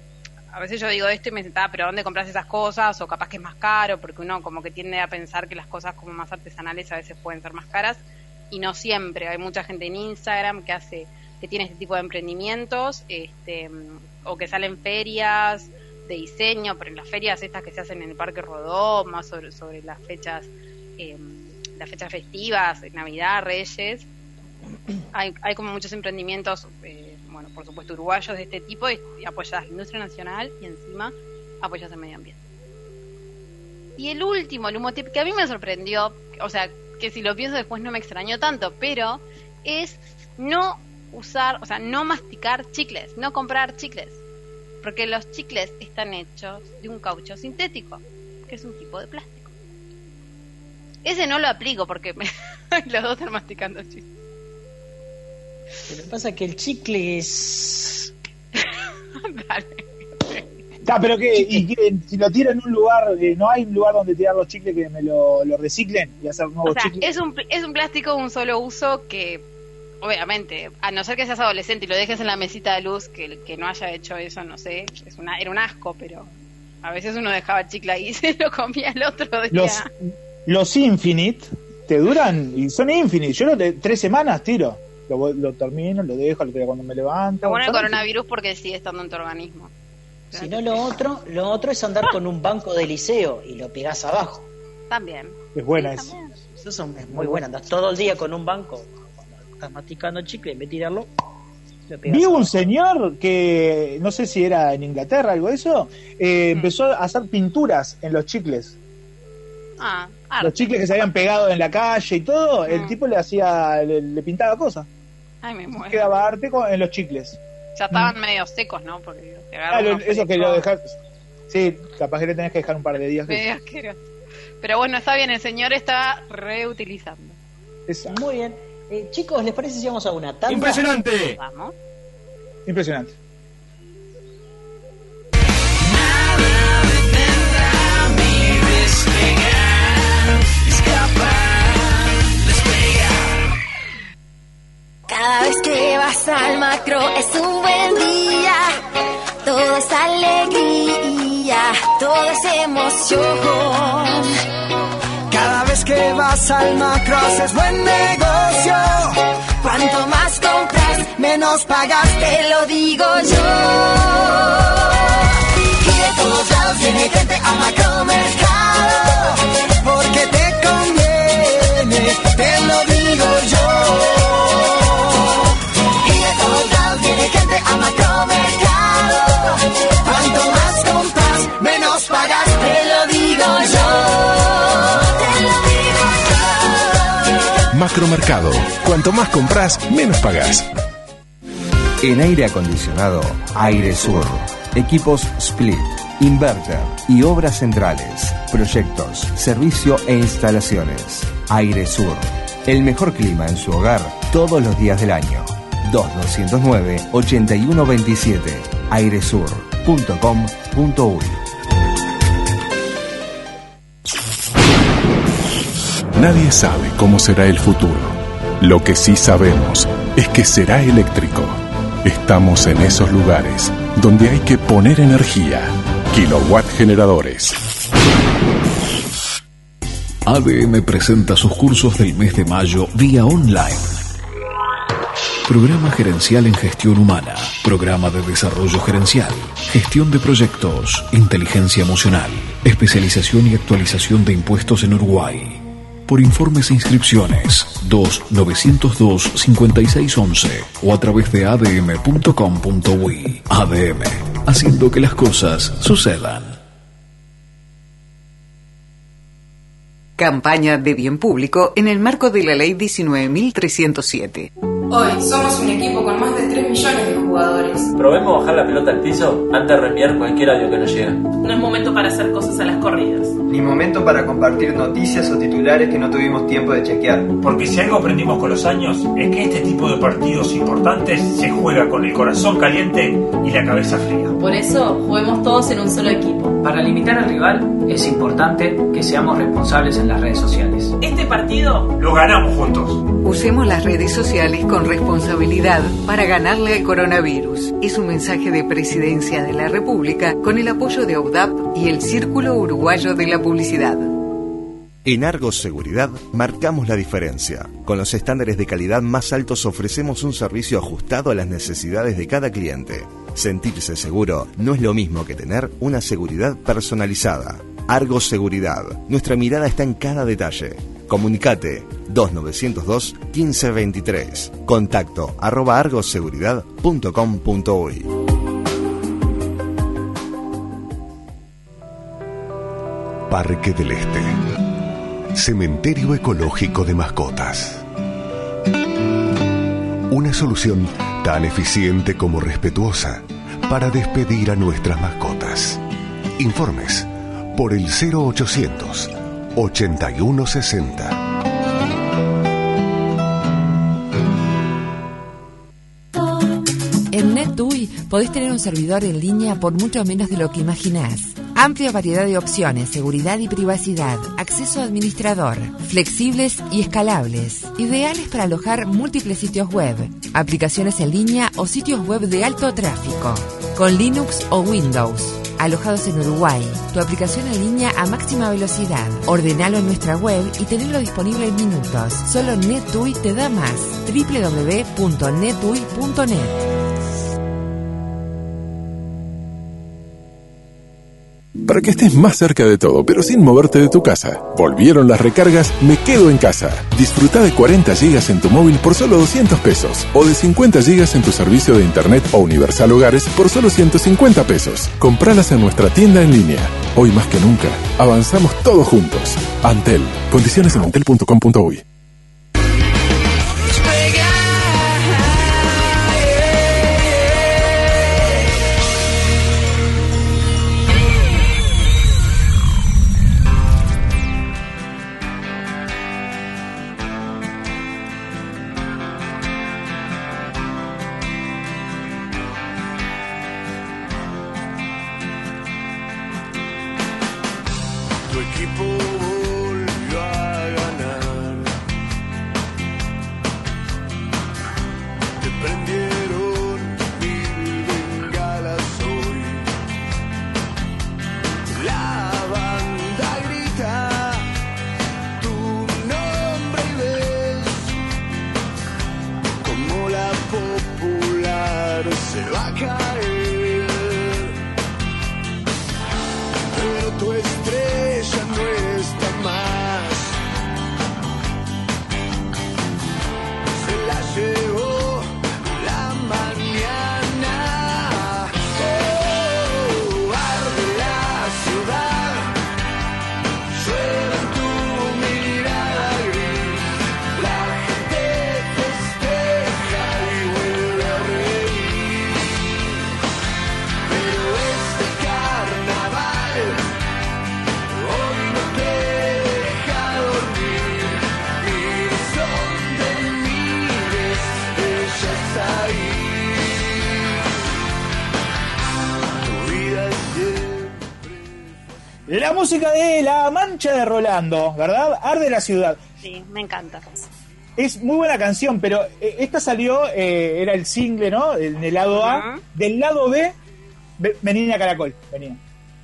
S14: A veces yo digo esto y me sentaba, pero ¿dónde compras esas cosas? O capaz que es más caro, porque uno como que tiende a pensar que las cosas como más artesanales a veces pueden ser más caras y no siempre. Hay mucha gente en Instagram que hace, que tiene este tipo de emprendimientos, este, mm, o que salen ferias de diseño, pero en las ferias estas que se hacen en el Parque Rodó, más sobre, sobre las fechas, eh, las fechas festivas, Navidad, Reyes, hay, hay como muchos emprendimientos, eh, bueno, por supuesto uruguayos de este tipo, y, y apoyas a la industria nacional y encima apoyas al medio ambiente. Y el último, el último tip que a mí me sorprendió, o sea, que si lo pienso después no me extrañó tanto, pero es no usar, o sea, no masticar chicles, no comprar chicles, porque los chicles están hechos de un caucho sintético, que es un tipo de plástico. Ese no lo aplico porque me- los dos están masticando chicles.
S6: Lo que pasa es que el chicle es.
S13: Está, pero que, y que si lo tiro en un lugar, eh, no hay un lugar donde tirar los chicles que me lo, lo reciclen y hacer nuevos
S14: O sea,
S13: chicles.
S14: es un, pl- es un plástico de un solo uso que, obviamente, a no ser que seas adolescente y lo dejes en la mesita de luz, que, el que no haya hecho eso, no sé, es una, era un asco, pero a veces uno dejaba chicle ahí y se lo comía el otro día.
S13: Los, los Infinite te duran y son Infinite. Yo lo de tres semanas tiro. Lo, voy- lo termino, lo dejo, lo tiro cuando me levanto.
S14: Lo bueno el
S13: Son-
S14: coronavirus porque sigue estando en tu organismo.
S6: Si no, lo otro, lo otro es andar con un banco de liceo y lo pegás abajo.
S14: También.
S13: Es buena esa.
S6: Eso es un- es muy bueno. Andás todo el día con un banco. Cuando estás masticando chicle, en vez de tirarlo, lo pegás
S13: Vi
S6: abajo.
S13: un señor que, no sé si era en Inglaterra, algo de eso,
S14: Mm.
S13: eh, empezó a hacer pinturas en los chicles.
S14: Ah,
S13: Los
S14: arte. Ah.
S13: chicles que se habían pegado en la calle y todo, el tipo le hacía, le, le pintaba cosas.
S14: Ay, me muero.
S13: Quedaba arte con- en los chicles.
S14: Ya estaban medio secos, ¿no? Porque digo, te agarra
S13: Ah, lo-
S14: uno
S13: Mm. eso que
S14: fresco.
S13: lo dejas. Sí, capaz que le tenés que dejar un par de días.
S14: Medio asqueroso. Pero bueno, está bien, el señor está reutilizando.
S6: Muy bien. Eh, chicos, ¿les parece si vamos a una tanda?
S13: Impresionante.
S14: Vamos.
S13: Impresionante.
S16: Y despegar, escapar, despegar.
S8: Cada vez que vas al macro es un buen día. Todo es alegría, todo es emoción.
S4: Cada vez que vas al macro haces buen negocio.
S8: Cuanto más compras, menos pagas, te lo digo yo.
S4: Y de todos lados viene gente a macromercado. Porque te conviene, te lo digo yo. Y de todos lados viene gente a macromercado. Cuanto más compras, menos pagas, te lo digo yo. Te lo digo
S17: Macromercado. Cuanto más compras, menos pagas.
S18: En aire acondicionado, Aire Sur, equipos split, inverter y obras centrales, proyectos, servicio e instalaciones. Aire Sur, el mejor clima en su hogar todos los días del año. 2209-8127, airesur.com.uy.
S17: Nadie sabe cómo será el futuro. Lo que sí sabemos es que será eléctrico. Estamos en esos lugares donde hay que poner energía. Kilowatt generadores.
S19: ADN presenta sus cursos del mes de mayo vía online. Programa gerencial en gestión humana, programa de desarrollo gerencial, gestión de proyectos, inteligencia emocional, especialización y actualización de impuestos en Uruguay. Por informes e inscripciones, 2-902-5611 o a través de adm.com.uy. ADM, haciendo que las cosas sucedan.
S20: Campaña de bien público en el marco de la Ley 19.307.
S21: Hoy somos un equipo con más de 3 millones de jugadores.
S22: Probemos bajar la pelota al piso antes de reenviar cualquier audio que nos llegue.
S21: No es momento para hacer cosas a las corridas.
S23: Ni momento para compartir noticias o titulares que no tuvimos tiempo de chequear.
S24: Porque si algo aprendimos con los años es que este tipo de partidos importantes se juega con el corazón caliente y la cabeza fría.
S21: Por eso juguemos todos en un solo equipo.
S25: Para limitar al rival es importante que seamos responsables en las redes sociales.
S21: Este partido
S24: lo ganamos juntos.
S20: Usemos las redes sociales con responsabilidad para ganarle al coronavirus. Es un mensaje de Presidencia de la República con el apoyo de UDAP y el Círculo Uruguayo de la Publicidad.
S18: En Argos Seguridad marcamos la diferencia. Con los estándares de calidad más altos ofrecemos un servicio ajustado a las necesidades de cada cliente. Sentirse seguro no es lo mismo que tener una seguridad personalizada. Argos Seguridad. Nuestra mirada está en cada detalle. Comunicate 2902 1523. Contacto arroba argoseguridad.com.uy.
S19: Parque del Este. Cementerio Ecológico de Mascotas. Una solución tan eficiente como respetuosa para despedir a nuestras mascotas. Informes por el 0800 8160.
S26: En NetUI podés tener un servidor en línea por mucho menos de lo que imaginás. Amplia variedad de opciones, seguridad y privacidad, acceso a administrador, flexibles y escalables, ideales para alojar múltiples sitios web, aplicaciones en línea o sitios web de alto tráfico, con Linux o Windows. Alojados en Uruguay, tu aplicación en línea a máxima velocidad. Ordenalo en nuestra web y tenerlo disponible en minutos. Solo NetUI te da más. www.netui.net
S19: para que estés más cerca de todo, pero sin moverte de tu casa. Volvieron las recargas Me Quedo en Casa. Disfruta de 40 GB en tu móvil por solo 200 pesos o de 50 GB en tu servicio de Internet o Universal Hogares por solo 150 pesos. Compralas en nuestra tienda en línea. Hoy más que nunca, avanzamos todos juntos. Antel. Condiciones en antel.com.uy.
S27: Tu equipo volvió a ganar. Te prendieron mil bengalas hoy. La banda grita tu nombre y ves como la popular se va a caer pero tu estrella no está más. Se la llevó la mañana. Oh, arde la ciudad, llueve en tu mirada gris. La gente festeja y vuelve a reír. Pero este carnaval hoy no te deja dormir. Mires donde mires, ella está ahí. Tu vida es
S13: La música de La Mancha de Rolando, ¿verdad? Arde la ciudad.
S14: Sí, me encanta.
S13: Es muy buena canción, pero eh, esta salió, eh, era el single, ¿no? Del, del lado A. Del lado B, ve- Venía Caracol, venía.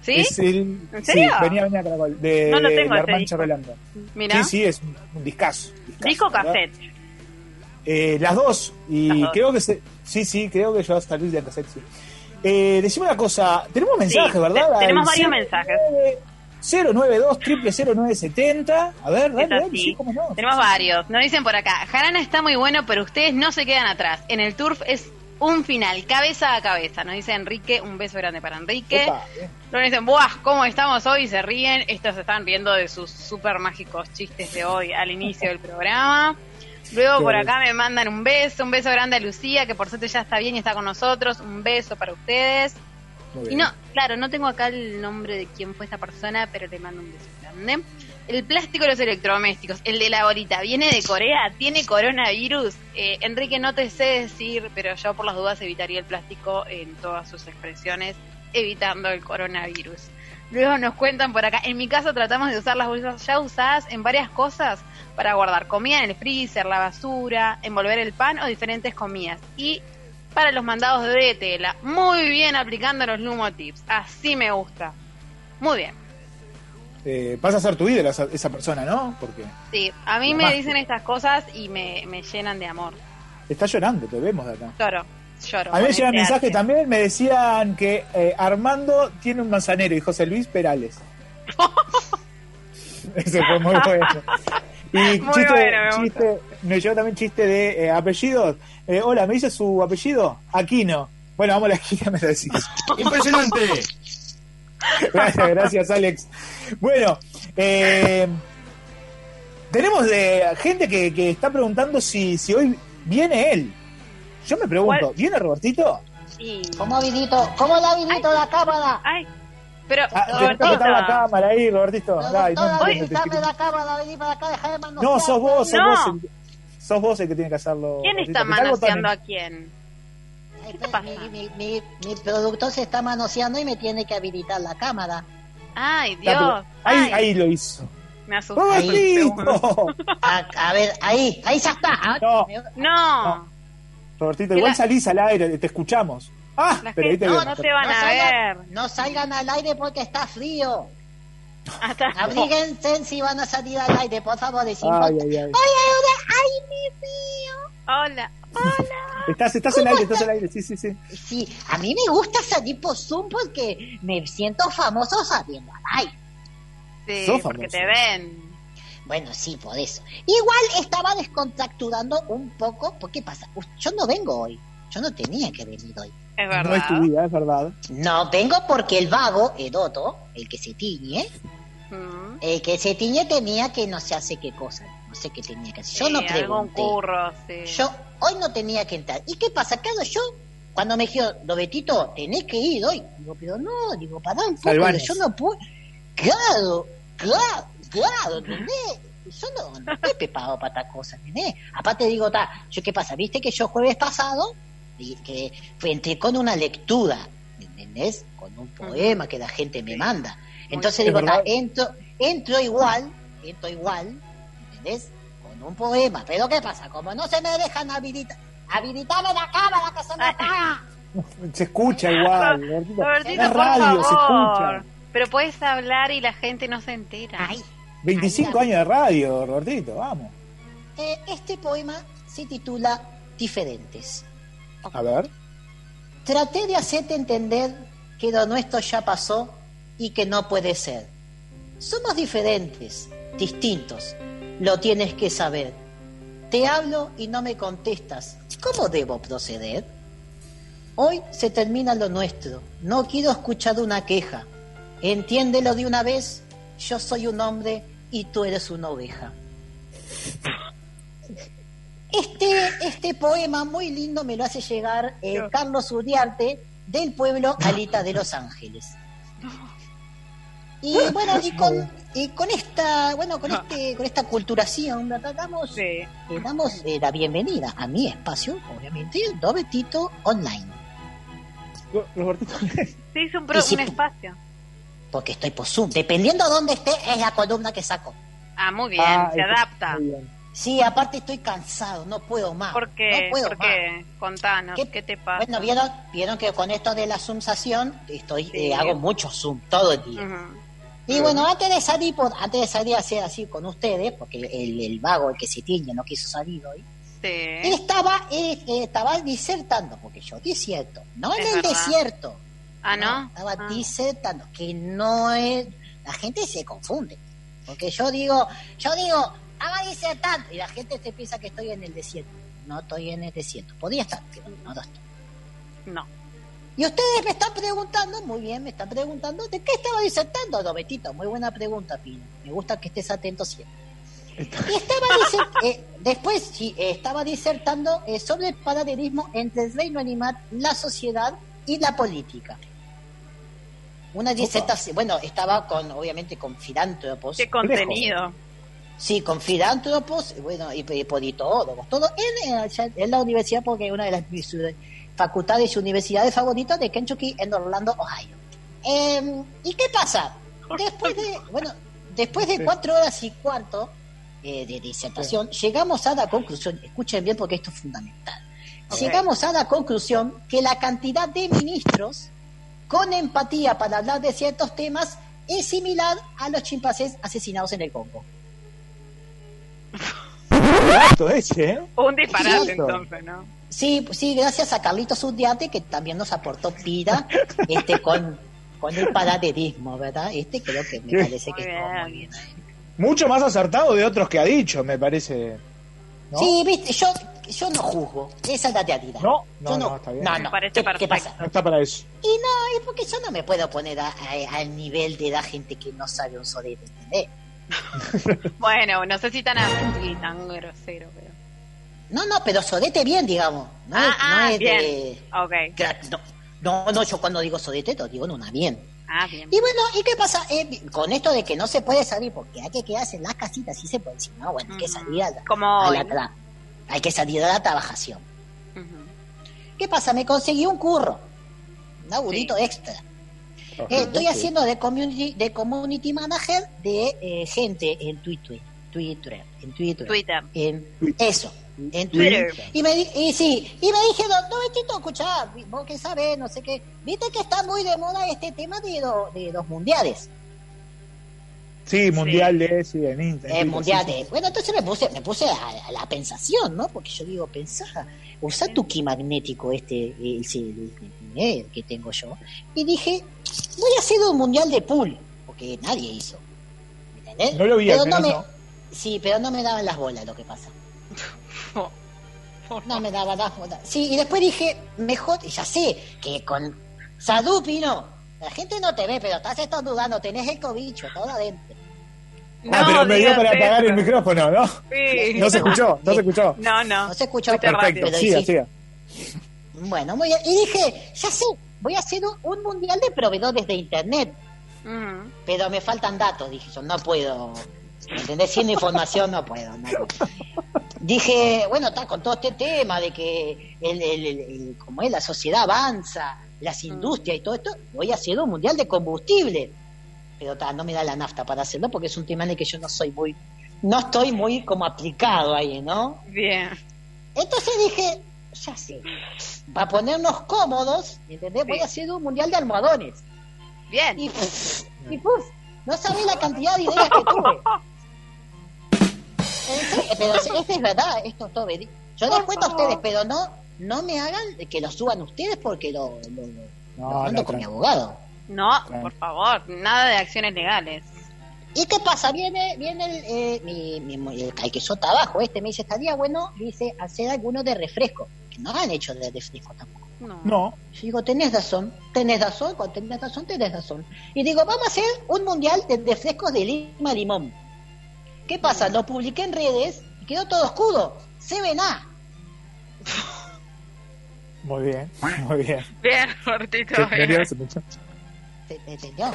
S14: ¿Sí?
S13: Es eh, el-
S14: ¿En serio?
S13: Sí, venía Venía Caracol, de
S14: No lo tengo
S13: La
S14: ese
S13: Mancha
S14: disco.
S13: Rolando.
S14: Mirá.
S13: Sí, sí, es un- un discazo.
S14: Disco cassette.
S13: Eh, las dos. Y
S14: Las dos.
S13: creo que se, sí, sí, creo que yo a salir de la cassette, sí. Eh, decime una cosa, tenemos mensajes,
S14: Sí,
S13: ¿verdad?
S14: te- tenemos
S13: Al
S14: varios
S13: 092
S14: mensajes.
S13: 092 0970. A ver, dale,
S14: Es
S13: dale,
S14: así.
S13: sí, cómo no.
S14: Tenemos varios. Nos dicen por acá, Jarana está muy bueno, pero ustedes no se quedan atrás. En el turf es un final, cabeza a cabeza. Nos dice Enrique, un beso grande para Enrique. Nos dicen, ¡buah! ¿Cómo estamos hoy? Se ríen. Estos se están riendo de sus súper mágicos chistes de hoy al inicio del programa. Luego
S4: Qué
S14: por
S4: bueno.
S14: acá me mandan un beso, un beso grande a Lucía, que por suerte ya está bien y está con nosotros. Un beso para ustedes. Y no, claro, no tengo acá el nombre de quién fue esta persona, pero te mando un beso grande. El plástico y los electrodomésticos, el de la bolita, viene de Corea, tiene coronavirus. Eh, Enrique, no te sé decir, pero yo por las dudas evitaría el plástico en todas sus expresiones, evitando el coronavirus. Luego nos cuentan por acá, en mi casa tratamos de usar las bolsas ya usadas en varias cosas para guardar comida en el freezer, la basura, envolver el pan o diferentes comidas. Y para los mandados de tela. Muy bien aplicando los Lumo Tips. Así me gusta. Muy bien.
S13: Eh, pasa a ser tu ídolo esa, esa persona, ¿no? Porque
S14: Sí, a mí
S13: Lo
S14: me
S13: más.
S14: dicen estas cosas y me, me llenan de amor.
S13: está llorando, te vemos de acá.
S14: Lloro, lloro.
S13: A mí
S14: con
S13: me llegan
S14: este
S13: mensajes
S14: arte.
S13: también, me decían que eh, Armando tiene un manzanero y José Luis Perales. Eso fue muy bueno. Y
S14: Muy
S13: chiste,
S14: bueno, me gusta.
S13: chiste- me llegó también chiste de eh, apellidos. Eh, hola, ¿me dice su apellido? Aquino. Bueno, vamos a la gira, me lo decís.
S28: ¡Impresionante!
S13: Gracias, gracias, Alex. Bueno, eh, tenemos de gente que, que está preguntando si, si hoy viene él. Yo me pregunto, ¿viene Robertito?
S14: ¿Cómo
S6: vinito? ¿Cómo la vinito la cámara?
S14: Ah, Ay, pero
S13: Tenés Ah, que apretar la
S14: Robertito,
S13: cámara ahí, Robertito. Ay, no,
S6: Toda
S13: entiendo, te
S6: dame
S13: escribo.
S6: la cámara, vení para acá, dejá de manosear.
S13: No, sos vos, sos
S14: No.
S13: vos. el- Sos vos el que tiene que hacerlo.
S14: ¿quién
S13: Robertito.
S14: está
S13: Apretá el botón,
S14: manoseando
S13: eh.
S14: a quién?
S6: Ay, pero Mi, mi, mi, mi productor se está manoseando y me tiene que habilitar la cámara.
S14: Ay,
S13: Está, pero-
S14: Dios.
S13: Ahí,
S14: Ay,
S13: ahí lo hizo.
S14: Me asusté.
S13: ¡Robertito!
S6: A, a ver, ahí, ahí ya está. Ah, me-
S14: No,
S13: Robertito, igual salís al aire, te escuchamos. Ah, pero ahí te
S6: no,
S13: veo.
S6: no
S14: te van a
S6: salgan-
S14: ver.
S6: No salgan al aire porque está frío.
S14: Hasta-
S6: Abríguense si van a salir al aire, por favor. Ay,
S13: Ay, ay, ay.
S6: ay, mi frío.
S14: Hola.
S13: Estás, estás en el aire, estás en el aire, sí, sí, sí.
S6: Sí, a mí me gusta salir por Zoom porque me siento famoso saliendo al aire.
S14: sí,
S6: Sos
S14: porque
S6: famoso.
S14: te ven.
S6: Bueno, sí, por eso. Igual estaba descontracturando un poco. ¿Por qué pasa? Uf, Yo no vengo hoy. Yo no tenía que venir hoy.
S14: Es
S13: No es tu vida, es verdad.
S6: No, vengo porque el vago, Edoto, el que se tiñe,
S14: Mm.
S6: el que se tiñe tenía que no sé hace qué cosa. No sé qué tenía que hacer. Yo
S14: Sí,
S6: no
S14: algún
S6: pregunté.
S14: curro, sí.
S6: Yo hoy no tenía que entrar. ¿Y qué pasa? Claro, yo, cuando me dijeron, Dobetito, tenés que ir hoy. Digo, pero no, digo, pará un poco,
S4: Salvanos.
S6: yo no puedo. Claro, claro, claro, ¿entendés? Yo no, no estoy preparado para tal cosa, ¿entendés? Aparte digo, ta, yo qué pasa, viste que yo jueves pasado y que fue- entré con una lectura, ¿entendés? Con un poema que la gente me manda. Entonces
S4: bien.
S6: digo, "Ah, eh".
S4: Es
S6: ta,
S4: verdad.
S6: entro, entro igual, entro igual, ¿entendés? Con un poema. Pero ¿qué pasa? Como no se me dejan habilitar, habilitame la cámara que se me apaga.
S13: Se escucha igual. Robertito.
S14: Robertito,
S13: es
S14: por
S13: radio, se
S14: favor.
S13: escucha.
S14: Pero puedes hablar y la gente no se entera.
S13: 25 años de radio, Robertito, vamos.
S6: Eh, este poema se titula Diferentes.
S13: A ver.
S6: Traté de hacerte entender que lo nuestro ya pasó y que no puede ser. Somos diferentes, distintos. Lo tienes que saber. Te hablo y no me contestas. ¿Cómo debo proceder? Hoy se termina lo nuestro. No quiero escuchar una queja. Entiéndelo de una vez. Yo soy un hombre y tú eres una oveja. Este, este poema muy lindo me lo hace llegar eh, Carlos Uriarte del pueblo Alita de Los Ángeles. Y bueno, y con, y con esta, bueno, con este, con esta culturación, ¿verdad? damos, le damos eh, la bienvenida a mi espacio, obviamente, Dobetito Online.
S13: Robertito,
S14: Se hizo un, pro-
S6: Y si-
S14: un espacio.
S6: porque estoy por Zoom. Dependiendo a dónde esté, es la columna que saco.
S14: Ah, muy bien,
S6: Ah,
S14: se
S6: eso-
S14: adapta.
S6: Sí, aparte estoy cansado, no puedo más.
S14: ¿Por
S6: No
S14: qué?
S6: puedo
S14: ¿Por
S6: más.
S14: qué? Contanos, ¿qué, te pasa?
S6: Bueno, vieron, vieron que con esto de la zoomsación estoy, eh, hago mucho zoom todo el día.
S14: Ujú.
S6: Y bueno, antes de salir, por, antes de salir a hacer así con ustedes, porque el, el vago, el que se tiñe, no quiso salir hoy, él estaba, eh, eh, estaba disertando, porque yo desierto, no en
S14: Es
S6: el
S14: verdad.
S6: desierto.
S14: Ah, ¿no?
S6: Estaba disertando, que no es, la gente se confunde, porque yo digo, yo digo, estaba disertando, y la gente se piensa que estoy en el desierto, no estoy en el desierto, podía estar, pero no lo estoy.
S14: No.
S6: Y ustedes me están preguntando, muy bien, me están preguntando, ¿de qué estaba disertando? No, Betito, muy buena pregunta, Pino. Me gusta que estés atento siempre. Y estaba disert- eh, después sí, eh, estaba disertando eh, sobre el paralelismo entre el reino animal, la sociedad y la política. Una disertación, bueno, estaba con, obviamente, con filántropos.
S14: ¿Qué contenido?
S6: Sí, con filántropos, bueno, y, y politólogos, todo en, en la- en la universidad porque es una de las mis ciudad- facultades y universidades favoritas de Kentucky en Orlando, Ohio. Em, ¿Y qué pasa? Después de, bueno, después de cuatro horas y cuarto eh, de disertación, llegamos a la conclusión, escuchen bien porque esto es fundamental, llegamos a la conclusión que la cantidad de ministros con empatía para hablar de ciertos temas es similar a los chimpancés asesinados en el Congo.
S13: Exacto, ese, ¿eh?
S14: Un disparate
S6: Sí.
S14: entonces, ¿no?
S6: Sí, pues sí, gracias a Carlitos Urdiate que también nos aportó vida este, con, con el paralelismo, ¿verdad? Este creo que me
S13: Sí.
S6: parece que estuvo muy bien.
S13: Mucho más acertado de otros que ha dicho, me parece. ¿No?
S6: Sí, viste, yo, yo no juzgo, esa es la realidad. No,
S13: No,
S6: yo
S13: no, está bien.
S6: No,
S13: Me
S6: no,
S13: parece
S6: ¿Qué, qué pasa?
S13: No está para eso.
S6: Y no, y porque yo no me puedo poner a- a- al nivel de la gente que no sabe un solito, ¿entendés?
S14: Bueno, no sé si tan así, tan grosero, pero.
S6: No, no, pero sodete bien, digamos. No es,
S14: Ah,
S6: no es
S14: bien.
S6: de...
S14: Ok.
S6: Crack, No, no, no, yo cuando digo sodete, lo digo en una bien.
S14: Ah, bien.
S6: Y bueno, ¿y qué pasa? Eh, con esto de que no se puede salir, porque hay que quedarse en las casitas, sí se puede decir, no, bueno, hay que salir a la, a la
S14: hoy, ¿no?
S6: tra- hay que salir a la trabajación. ¿Qué pasa? Me conseguí un curro, un laburito extra. Eh,
S13: Ah,
S6: estoy haciendo de community, de community manager de eh, gente en Twitter, Twitter, en Twitter,
S14: Twitter.
S13: Ah,
S6: en eso, en
S14: Twitter.
S6: Twitter. Y me di- y sí, y me dijeron, no, Betito, escuchá, vos que sabés, no sé qué, viste que está muy de moda este tema de, lo- de los mundiales.
S13: Sí, mundial de sí, en Instagram.
S6: Eh, mundial de- Bueno, entonces me puse, me puse a, a la pensación, ¿no? Porque yo digo, pensá, usa tu ki magnético este, eh, ese, eh, eh, que tengo yo. Y dije, voy a hacer un mundial de pool, porque nadie hizo. ¿me entendés?
S13: No lo vi,
S6: pero
S13: al
S6: no
S13: menos
S6: me,
S13: no.
S6: Sí, pero no me daban las bolas lo que pasa. No me daban las bolas. Sí, y después dije, mejor, ya sé, que con Sadú Pino, la gente no te ve, pero estás estornudando, tenés el cobicho, todo adentro.
S13: Ah, pero me dio para apagar el micrófono, ¿no?
S14: Sí.
S13: No se escuchó, no se escuchó.
S14: No, no.
S6: No se escuchó.
S13: Perfecto,
S6: pero
S13: siga,
S6: sí.
S13: siga.
S6: Bueno, muy bien. Y dije, ya sé, voy a hacer un- un mundial de proveedores de internet.
S14: Mm,
S6: Pero me faltan datos, dije yo, no puedo. ¿me ¿Entendés? Sin información no puedo. no puedo. Dije, bueno, está con todo este tema de que el, el- el- el- como es, la sociedad avanza, las industrias y todo esto, voy a hacer un mundial de combustible. Pero ta, no me da la nafta para hacerlo porque es un tema en el que yo no soy muy, no estoy muy como aplicado ahí, ¿no?
S14: Bien.
S6: Entonces dije, ya sé, para ponernos cómodos, ¿entendés? Voy a hacer un mundial de almohadones.
S14: Bien.
S6: Y, y puf, no sabés la cantidad de ideas que tuve. En serio, pero esto es verdad, esto es todo verí- Yo les cuento a ustedes, pero no, no me hagan que lo suban ustedes porque lo, lo, lo- lo mando con mi abogado.
S14: No, por favor, nada de acciones legales.
S6: ¿Y qué pasa? Viene, viene el, eh, mi, mi mu- el, al que yo trabajo, este me dice, estaría bueno, dice, hacer alguno de refresco. Que no han hecho de refresco tampoco.
S14: No.
S6: Yo digo, tenés razón, tenés razón, cuando tenés razón, tenés razón. Y digo, vamos a hacer un mundial de refrescos de lima limón. ¿Qué pasa? Lo publiqué en redes y quedó todo oscuro. Se ven a.
S13: Muy bien, muy bien.
S14: Bien, Martito.
S13: Se
S14: bien.
S13: entendió, se entendió.
S6: ¿Entendió?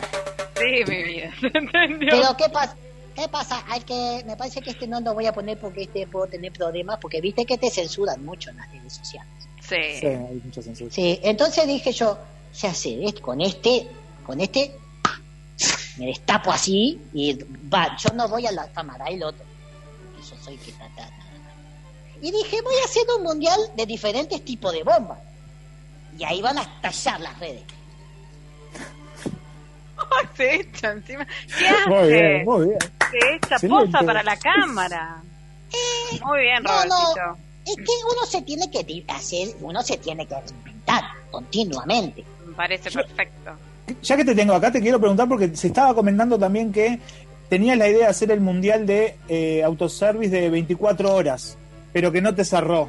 S14: Sí, mi vida. ¿Entendió?
S6: Pero ¿qué pasa? ¿Qué pasa? Al que me parece que este no lo voy a poner porque este puedo tener problemas, porque viste que te censuran mucho en las redes sociales.
S14: Sí.
S13: Sí, hay mucha censura.
S6: Sí, entonces dije yo, se hace es- con este, con este, me destapo así y va, yo no voy a la cámara, el otro. porque Yo soy que ta, ta, ta, ta. Y dije, voy a hacer un mundial de diferentes tipos de bombas. Y ahí van a estallar las redes.
S14: Se echa encima. ¿Qué hace?
S13: Muy bien, muy bien.
S14: Se echa
S13: Excelente.
S14: posa para la cámara. Muy bien,
S6: Eh, No, no.
S14: Robertito.
S6: Es que uno se tiene que di- hacer, uno se tiene que reinventar continuamente.
S14: Me parece perfecto.
S13: Ya que te tengo acá, te quiero preguntar porque se estaba comentando también que tenías la idea de hacer el mundial de eh, autoservice de 24 horas, pero que no te cerró.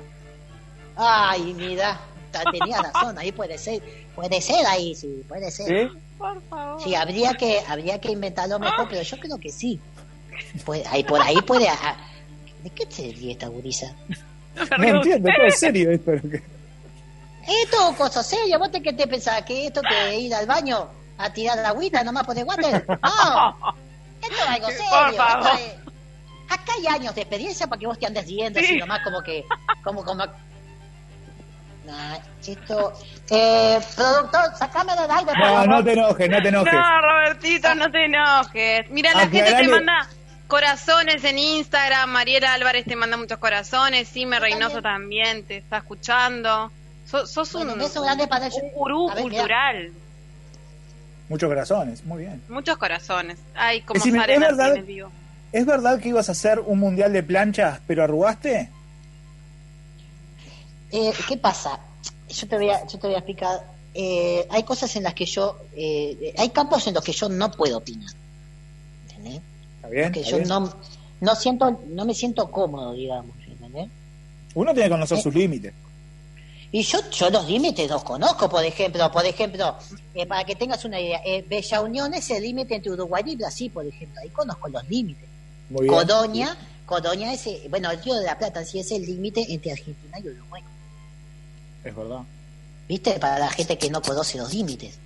S6: Ay, mira,
S8: ta- tenía razón, ahí puede ser, puede ser ahí, sí, puede ser.
S13: ¿Sí?
S14: Por favor.
S8: Sí, habría que, habría que inventarlo mejor, pero yo creo que sí. Puede- ahí, por ahí puede. ah, ¿De qué se ríe esta gurisa? ah,
S13: No entiendo, todo es serio esto. lo que-
S8: Esto, cosa seria, ¿vos te, qué te pensás? ¿Que esto que ir al baño a tirar la agüita nomás por el water? No, esto es algo
S14: Por
S8: serio.
S14: favor.
S8: esto es- acá hay años de experiencia para que vos te andes riendo, así nomás como que. Como, como... Nah, esto. Eh, productor, sacame del aire. por
S13: No,
S8: favor.
S13: no te enojes, no te enojes.
S14: No, Robertito, no te enojes. Mira, la gente te
S13: Aclarale.
S14: manda corazones en Instagram. Mariela Álvarez te manda muchos corazones. Sime Reynoso también te está escuchando. So- sos
S8: Bueno,
S14: un,
S8: un beso grande para ellos.
S14: un gurú
S8: A ver, mirá.
S14: cultural.
S13: Muchos corazones, muy bien.
S14: Muchos corazones. Ay, como
S13: Decime,
S14: Sara
S13: ¿es
S14: Martínez
S13: verdad?
S14: vivo.
S13: ¿Es verdad que ibas a hacer un mundial de planchas, pero arrugaste?
S8: Eh, ¿Qué pasa? Yo te voy a, yo te voy a explicar. Eh, hay cosas en las que yo. eh, hay campos en los que yo no puedo opinar. ¿Entendés?
S13: ¿Está bien?
S8: que
S13: está
S8: yo
S13: bien.
S8: no, no siento no me siento cómodo digamos ¿entendés?
S13: Uno tiene que conocer
S8: Eh,
S13: sus límites.
S8: y yo yo los límites los conozco por ejemplo por ejemplo eh, para que tengas una idea eh, Bella Unión es el límite entre Uruguay y Brasil por ejemplo ahí conozco los límites
S13: Muy bien.
S8: Codoña Codoña es eh, bueno el Río de la Plata sí es el límite entre Argentina y Uruguay
S13: Es verdad.
S8: viste para la gente que no conoce los límites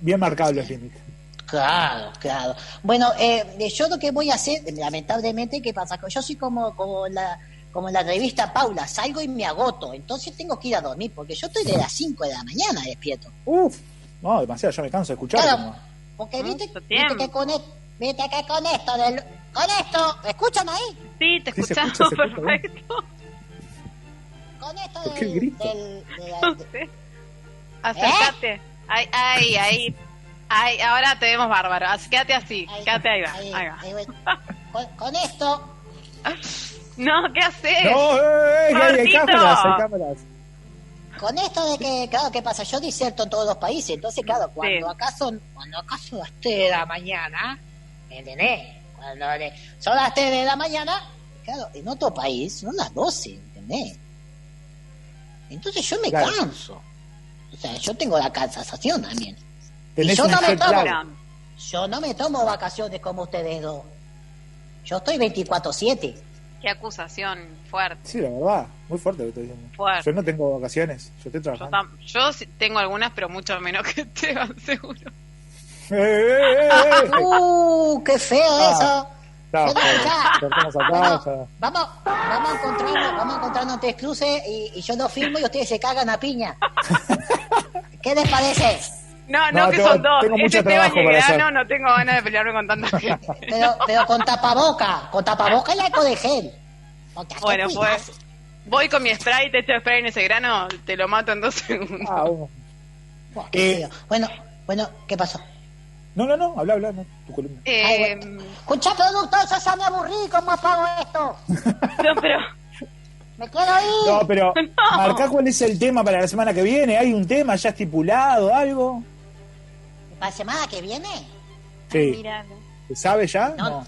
S13: Bien marcados los límites.
S8: Claro, claro. Bueno, eh, yo lo que voy a hacer, lamentablemente, ¿qué pasa? Yo soy como, como la como la revista Paula, salgo y me agoto, entonces tengo que ir a dormir, porque yo estoy de las 5 de la mañana despierto.
S13: Uf, no, demasiado, yo me canso de escuchar.
S8: Claro. Porque viste, viste que con esto, viste que con esto, del- con esto, ¿me ¿escuchan ahí?
S14: Sí, te
S13: Sí, se
S14: escuchamos
S13: escucha, se escucha bien.
S14: perfecto.
S8: Con esto
S13: ¿Por qué
S8: del-
S13: el grito?
S8: del- de la-
S14: No sé. Acércate. Ay, ay, ay. Ay, ahora te vemos bárbaro. Así, Quédate así. Quédate ahí, va. Ahí va.
S8: ahí voy. con, con esto,
S14: No, ¿qué haces?
S13: No, eh, eh, que hay, hay
S14: Martito.
S13: cámaras, hay cámaras.
S8: con esto de que, claro, ¿qué pasa? Yo diserto en todos los países, entonces, claro, cuando
S14: Sí.
S8: acaso, cuando acaso las 3 de la mañana, ¿me ¿entendés? Cuando le- son las 3 de la mañana, claro, en otro país son las 12, ¿entendés? Entonces yo me
S13: Claro.
S8: canso. O sea, yo tengo la cansación también.
S13: Tenés
S8: Y yo
S13: una
S8: no me
S13: jet
S8: tomo.
S13: lag.
S8: Yo no me tomo vacaciones como ustedes dos. Yo estoy 24-7.
S14: Qué acusación fuerte.
S13: Sí, la verdad, muy fuerte lo que estoy diciendo.
S14: Fuerte.
S13: Yo no tengo vacaciones, yo estoy
S14: Yo,
S13: trabajando.
S14: tam- yo sí tengo algunas, pero mucho menos que Esteban, seguro.
S13: ¡Eh, eh, eh, eh! Ah,
S8: ¡Uh! ¡Qué feo eso!
S13: No,
S8: Pero ya.
S13: cortamos acá,
S8: Bueno, vamos, vamos a encontrarnos, vamos a encontrarnos tres cruces y, y yo lo firmo y ustedes se cagan a piña. ¿Qué les parece?
S14: No, no,
S13: No,
S14: que
S13: tengo-
S14: son dos.
S13: tengo mucho
S14: este Esteban
S13: trabajo
S14: y el
S13: para hacer.
S14: Grano, no tengo ganas de pelearme con tanta gente.
S8: Pero, pero con tapaboca, con tapaboca y la eco de gel. Porque hay que
S14: Bueno,
S8: cuidarse.
S14: pues. Voy con mi spray, te echo spray en ese grano, te lo mato en dos segundos.
S13: ya. Ah, bueno.
S8: Buah, qué
S13: Eh.
S8: feo. Bueno, bueno, ¿qué pasó?
S13: No, no, no, habla, habla, no, tu columna.
S14: Eh,
S8: Escucha, productor, yo ya me aburrí, ¿cómo apago esto?
S14: no, pero.
S8: Me quiero ir.
S13: No, pero
S14: No.
S13: marcá cuál es el tema para la semana que viene. ¿Hay un tema ya estipulado, algo?
S8: ¿Para la semana que viene?
S13: Sí.
S14: Mira,
S13: ¿Se sabe ya?
S8: No.
S13: No.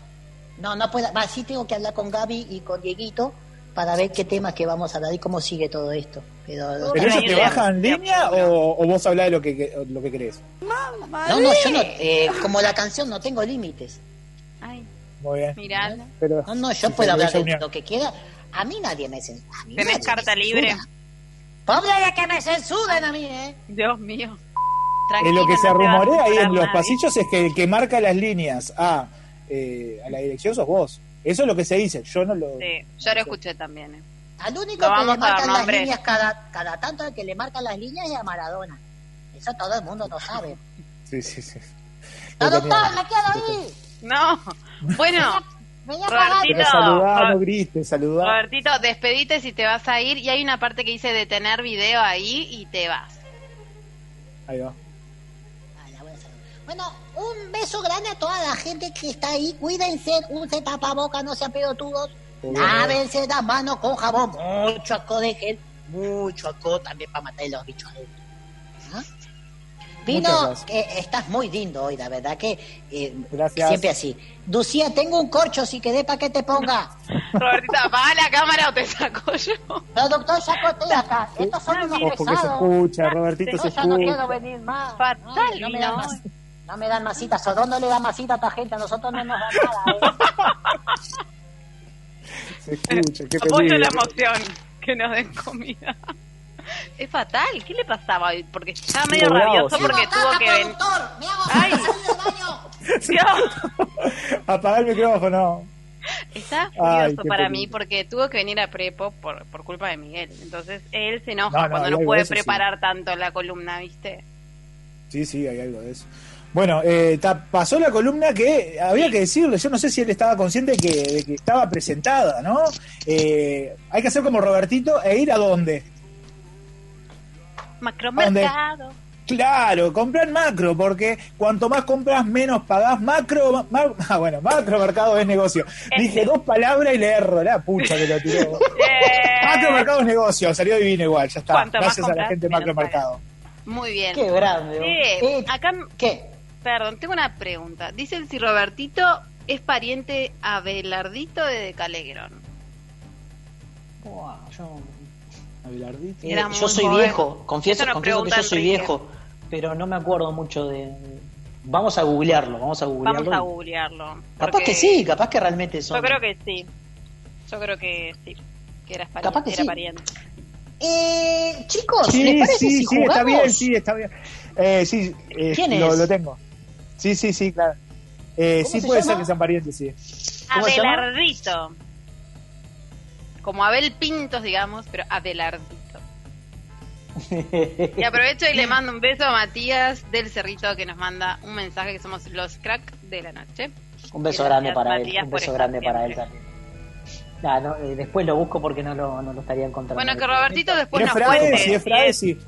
S8: No, no puedo. Va, sí tengo que hablar con Gaby y con Dieguito para ver qué temas que vamos a hablar y cómo sigue todo esto. Pero,
S13: ¿Pero ellos te
S14: idea.
S13: bajan línea o, o vos hablás de lo que, que- lo que querés?
S8: no, no, yo no. eh, como la canción no tengo límites.
S14: Ay,
S13: Muy bien.
S14: mirá.
S13: Pero,
S8: No, no, yo
S13: Sí,
S8: puedo
S13: pero
S8: hablar
S13: esa
S8: de
S13: unión.
S8: lo que quiera. A mí nadie me censura. a mí
S14: ¿Tenés
S8: nadie
S14: carta
S8: me
S14: libre?
S8: censura. Pobre de que me censuren a mí, ¿eh?
S14: Dios mío.
S13: Eh, lo que se
S14: Tranquila, no te va a
S13: rumorea ahí
S14: censurar
S13: en los
S14: nadie.
S13: pasillos es que el que marca las líneas a, eh, a la dirección sos vos. Eso es lo que se dice. Yo no lo.
S14: Sí, yo lo escuché también. eh.
S8: Al único que
S14: No vamos
S8: le
S14: a dar
S8: marcan las
S14: nombres.
S8: líneas cada, cada tanto, el que le marcan las líneas es a Maradona. Eso todo el mundo lo sabe.
S13: Sí, sí, sí. Lo
S8: ¡Productor,
S13: tenía.
S8: me quiero ir!
S14: No. Bueno,
S8: ¡Me voy a pagar!
S13: Pero
S14: no.
S13: saludá,
S14: Ah.
S13: no grites, saludá.
S14: Robertito, despedite si te vas a ir. Y hay una parte que dice detener video ahí y te vas.
S13: Ahí va.
S8: Ah, la voy a saludar. Bueno, un beso grande a toda la gente que está ahí. Cuídense, usen tapabocas, no sean pelotudos.
S13: Obvio.
S14: Ah,
S8: Lávense las manos con jabón. Mucho acó de gel, mucho acó también para matar los bichos adentro. ¿Ah?
S13: Muchas
S8: Pino,
S13: gracias.
S8: que estás muy lindo hoy, la verdad que eh,
S13: Gracias.
S8: siempre así. Lucía, tengo un corcho si querés para que te ponga.
S14: Robertita, apaga la cámara o te saco yo.
S8: No, doctor, sácate de acá. Estos son unos
S13: Ojo que se
S8: pesados.
S13: escucha, Robertito
S8: No,
S13: se
S8: ya no quiero
S13: escucha.
S8: venir más. No,
S14: Fatal,
S8: no me
S14: no.
S8: dan más. No me dan masitas. Sodón no le da masita a esta gente. A nosotros no nos dan nada. ¿eh?
S13: Se escucha, qué
S14: Apoyo la
S13: peligro.
S14: emoción, que nos den comida. Es fatal, ¿qué le pasaba? Porque estaba medio
S13: Bravo,
S14: rabioso
S13: sí.
S14: porque tuvo que venir. ¡Ay! Dios,
S13: Apaga el micrófono.
S14: está
S13: Ay,
S14: furioso
S13: qué
S14: para
S13: peligro.
S14: mí porque tuvo que venir a prepo por, por culpa de Miguel. Entonces él se enoja
S13: No, no,
S14: cuando
S13: hay
S14: no
S13: algo de
S14: puede
S13: eso, sí.
S14: preparar tanto la columna, ¿viste?
S13: Sí, sí, hay algo de eso. Bueno, eh, ta- pasó la columna que había que decirle. Yo no sé si él estaba consciente de que, de que estaba presentada, ¿no? Eh, hay que hacer como Robertito e ir a dónde.
S14: Macromercado.
S13: Claro, comprar macro, porque cuanto más compras, menos pagás. Macro, ma- ma- ah, bueno, macro mercado es negocio. Dije dos palabras y le erro, la pucha que lo tiró.
S14: Eh.
S13: macro mercado es negocio, salió divino igual, ya está.
S14: Cuanto más
S13: Gracias a la
S14: compras,
S13: gente de macro mercado.
S14: Muy bien.
S8: Qué grande, vos.
S14: Sí,
S8: Eh,
S14: acá.
S8: ¿Qué?
S14: Perdón, tengo una pregunta. Dicen si Robertito es pariente a Belardito de Calegrón.
S6: Buah, yo...
S13: Abelardito.
S6: Eh,
S14: Era muy
S6: yo soy
S14: joven.
S6: viejo, confieso,
S14: Eso nos
S6: confieso que
S14: pregunta
S6: yo soy
S14: Enrique.
S6: viejo, pero no me acuerdo mucho de... Vamos a googlearlo, vamos a googlearlo.
S14: Vamos a
S6: y-
S14: googlearlo.
S6: Capaz
S14: porque
S6: que sí, capaz que realmente son...
S14: Yo creo que sí. Yo creo que sí. Que eras pariente.
S6: Capaz que
S14: era
S6: sí.
S14: pariente.
S8: Eh, chicos, ¿les
S13: Sí,
S8: parece
S13: sí,
S8: si
S13: sí, está
S8: jugamos?
S13: bien, sí, está bien. Eh, sí, eh,
S8: ¿Quién es?
S13: lo, lo tengo. Sí, sí, sí, claro. Eh,
S14: ¿Cómo
S13: sí
S14: se
S13: puede
S14: llama?
S13: ser que sean parientes, sí. ¿Cómo se llama?
S14: Abelardito. Como Abel Pintos, digamos, pero Abelardito. Y aprovecho y le mando un beso a Matías del Cerrito que nos manda un mensaje que somos los crack de la noche.
S6: Un beso
S14: Gracias,
S6: grande para
S14: Matías,
S6: él, un
S14: por
S6: beso
S14: estar
S6: grande para él
S14: siempre.
S6: también. Nah, no, eh, después lo busco porque no lo, no lo estaría encontrando.
S14: Bueno, que Robertito después
S13: Es
S14: nos
S13: Frade,
S14: cuente.
S13: sí, es Frade, sí.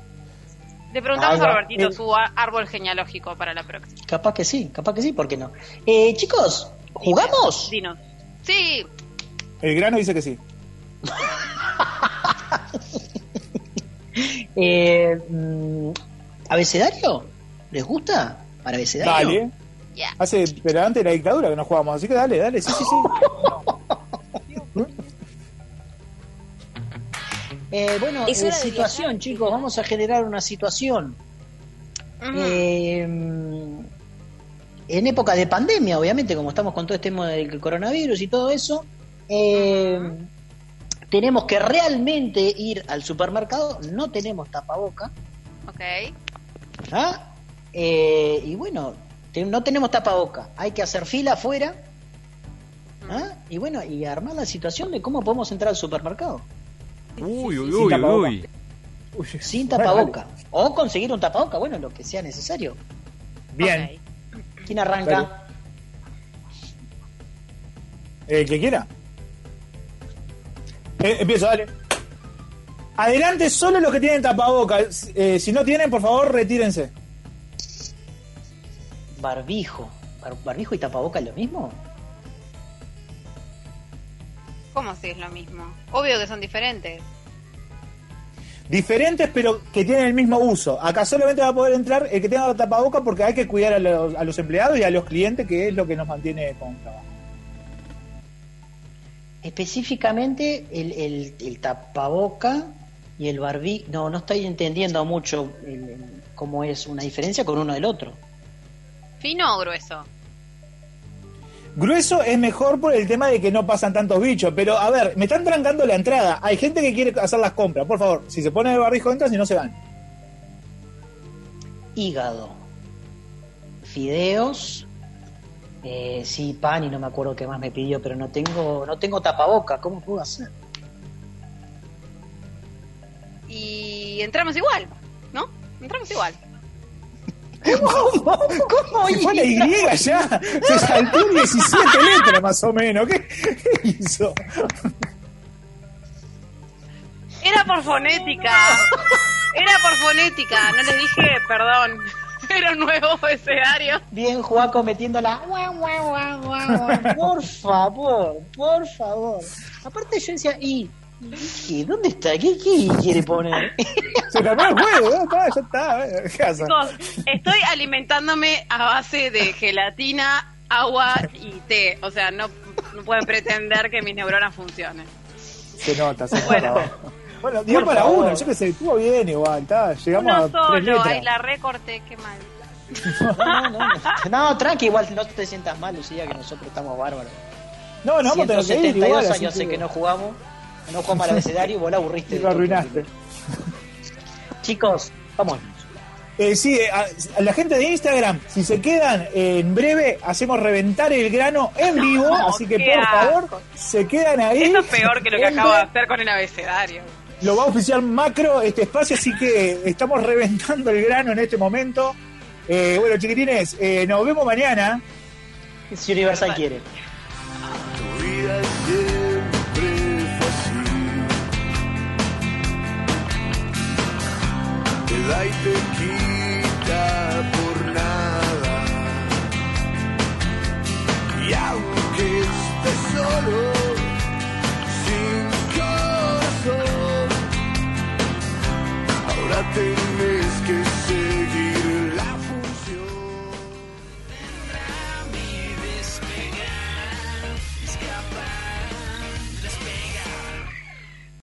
S14: Le preguntamos
S6: Ah,
S14: a
S6: va.
S14: Robertito
S6: Eh.
S14: su á- árbol genealógico para la próxima.
S6: Capaz que sí, capaz que sí, ¿por qué no? Eh, chicos, ¿jugamos?
S14: Dinos. Sí,
S13: El grano dice que sí.
S6: Eh, mm, ¿Abecedario? ¿Les gusta? ¿Para abecedario?
S13: Dale. Hace, pero antes de la dictadura que no jugábamos, así que dale, dale, sí, sí, sí.
S6: Eh, bueno,
S8: Es
S6: eh,
S8: hora de
S6: situación, chicos, vamos a generar una situación.
S8: Mm.
S14: mm,
S6: Eh, en época de pandemia, obviamente, como estamos con todo este tema del coronavirus y todo eso, eh, tenemos que realmente ir al supermercado, no tenemos tapaboca,
S14: ok.
S6: ¿ah? Eh, y bueno, te- no tenemos tapaboca, hay que hacer fila afuera, ¿ah?
S8: Mm.
S6: y bueno, y armar la situación de cómo podemos entrar al supermercado.
S29: Uy, uy,
S6: Sin
S29: uy,
S6: tapaboca.
S29: uy.
S6: sin tapaboca. O conseguir un tapaboca, bueno, lo que sea necesario.
S13: Bien.
S6: ¿Quién arranca?
S13: El que quiera. Eh, empiezo, dale. Adelante solo los que tienen tapabocas. Eh, si no tienen, por favor, retírense.
S6: Barbijo. Bar- ¿Barbijo y tapaboca es lo mismo?
S14: ¿Cómo si es lo mismo? Obvio que son diferentes.
S13: Diferentes, pero que tienen el mismo uso. Acá solamente va a poder entrar el que tenga tapabocas porque hay que cuidar a los, a los empleados y a los clientes, que es lo que nos mantiene con trabajo.
S6: Específicamente el, el, el tapaboca y el barbijo. No, no estoy entendiendo mucho el- el- cómo es una diferencia con uno del otro.
S14: ¿Fino o grueso?
S13: Grueso es mejor por el tema de que no pasan tantos bichos, pero a ver, me están trancando la entrada. Hay gente que quiere hacer las compras. Por favor, si se pone el barbijo, entran, si no se van.
S6: Hígado. Fideos. Eh, sí, pan y no me acuerdo qué más me pidió, pero no tengo, no tengo tapaboca. ¿Cómo puedo hacer?
S14: Y entramos igual, ¿no? Entramos igual.
S6: ¿Cómo? ¿Cómo?
S13: Se fue la Y ya. Se saltó 17 letras más o menos. ¿Qué, qué hizo?
S14: Era por fonética. Era por fonética. No les dije, perdón. Era un nuevo escenario.
S6: Bien, Juaco metiéndola. Guau, guau, guau, guau, guau. Por favor, por favor. Aparte yo decía, ¿y, y qué? ¿Dónde está? ¿Qué, qué quiere poner?
S13: Se terminó el juego, ya está, ya está. ¿Qué hace?
S14: Chicos, estoy alimentándome a base de gelatina, agua y té. O sea, no no puede pretender que mis neuronas funcionen.
S13: Se nota, se bueno. nota. Bueno, 10 para
S14: favor.
S13: uno, yo que sé, estuvo bien igual, está, llegamos
S14: Uno
S13: a tres
S14: solo,
S13: letras.
S14: ahí la recorté, qué mal.
S6: No, no, no. No, tranqui, igual no te sientas mal, Lucía, que nosotros estamos bárbaros.
S13: No, no, vamos a tener que ir
S6: 172
S13: igual, así
S6: años sé
S13: que-
S6: que no jugamos, no jugamos al abecedario y vos la aburriste.
S13: Y
S6: de
S13: lo
S6: todo.
S13: arruinaste.
S6: Chicos, vamos.
S13: Eh, sí, eh, a, a la gente de Instagram, si se quedan eh, en breve, hacemos reventar el grano en vivo,
S14: No,
S13: así que
S14: qué
S13: por
S14: asco.
S13: favor, se quedan ahí.
S14: Eso es peor que lo que
S13: Entran,
S14: acabo de hacer con el abecedario.
S13: Lo va a oficiar macro este espacio, así que estamos reventando el grano en este momento. Eh, bueno, chiquitines, eh, nos vemos mañana.
S6: Si Universal quiere.
S19: Tu vida siempre fue así. Te da y te quita por nada. Y aunque estés solo, sin corazón, ahora tengo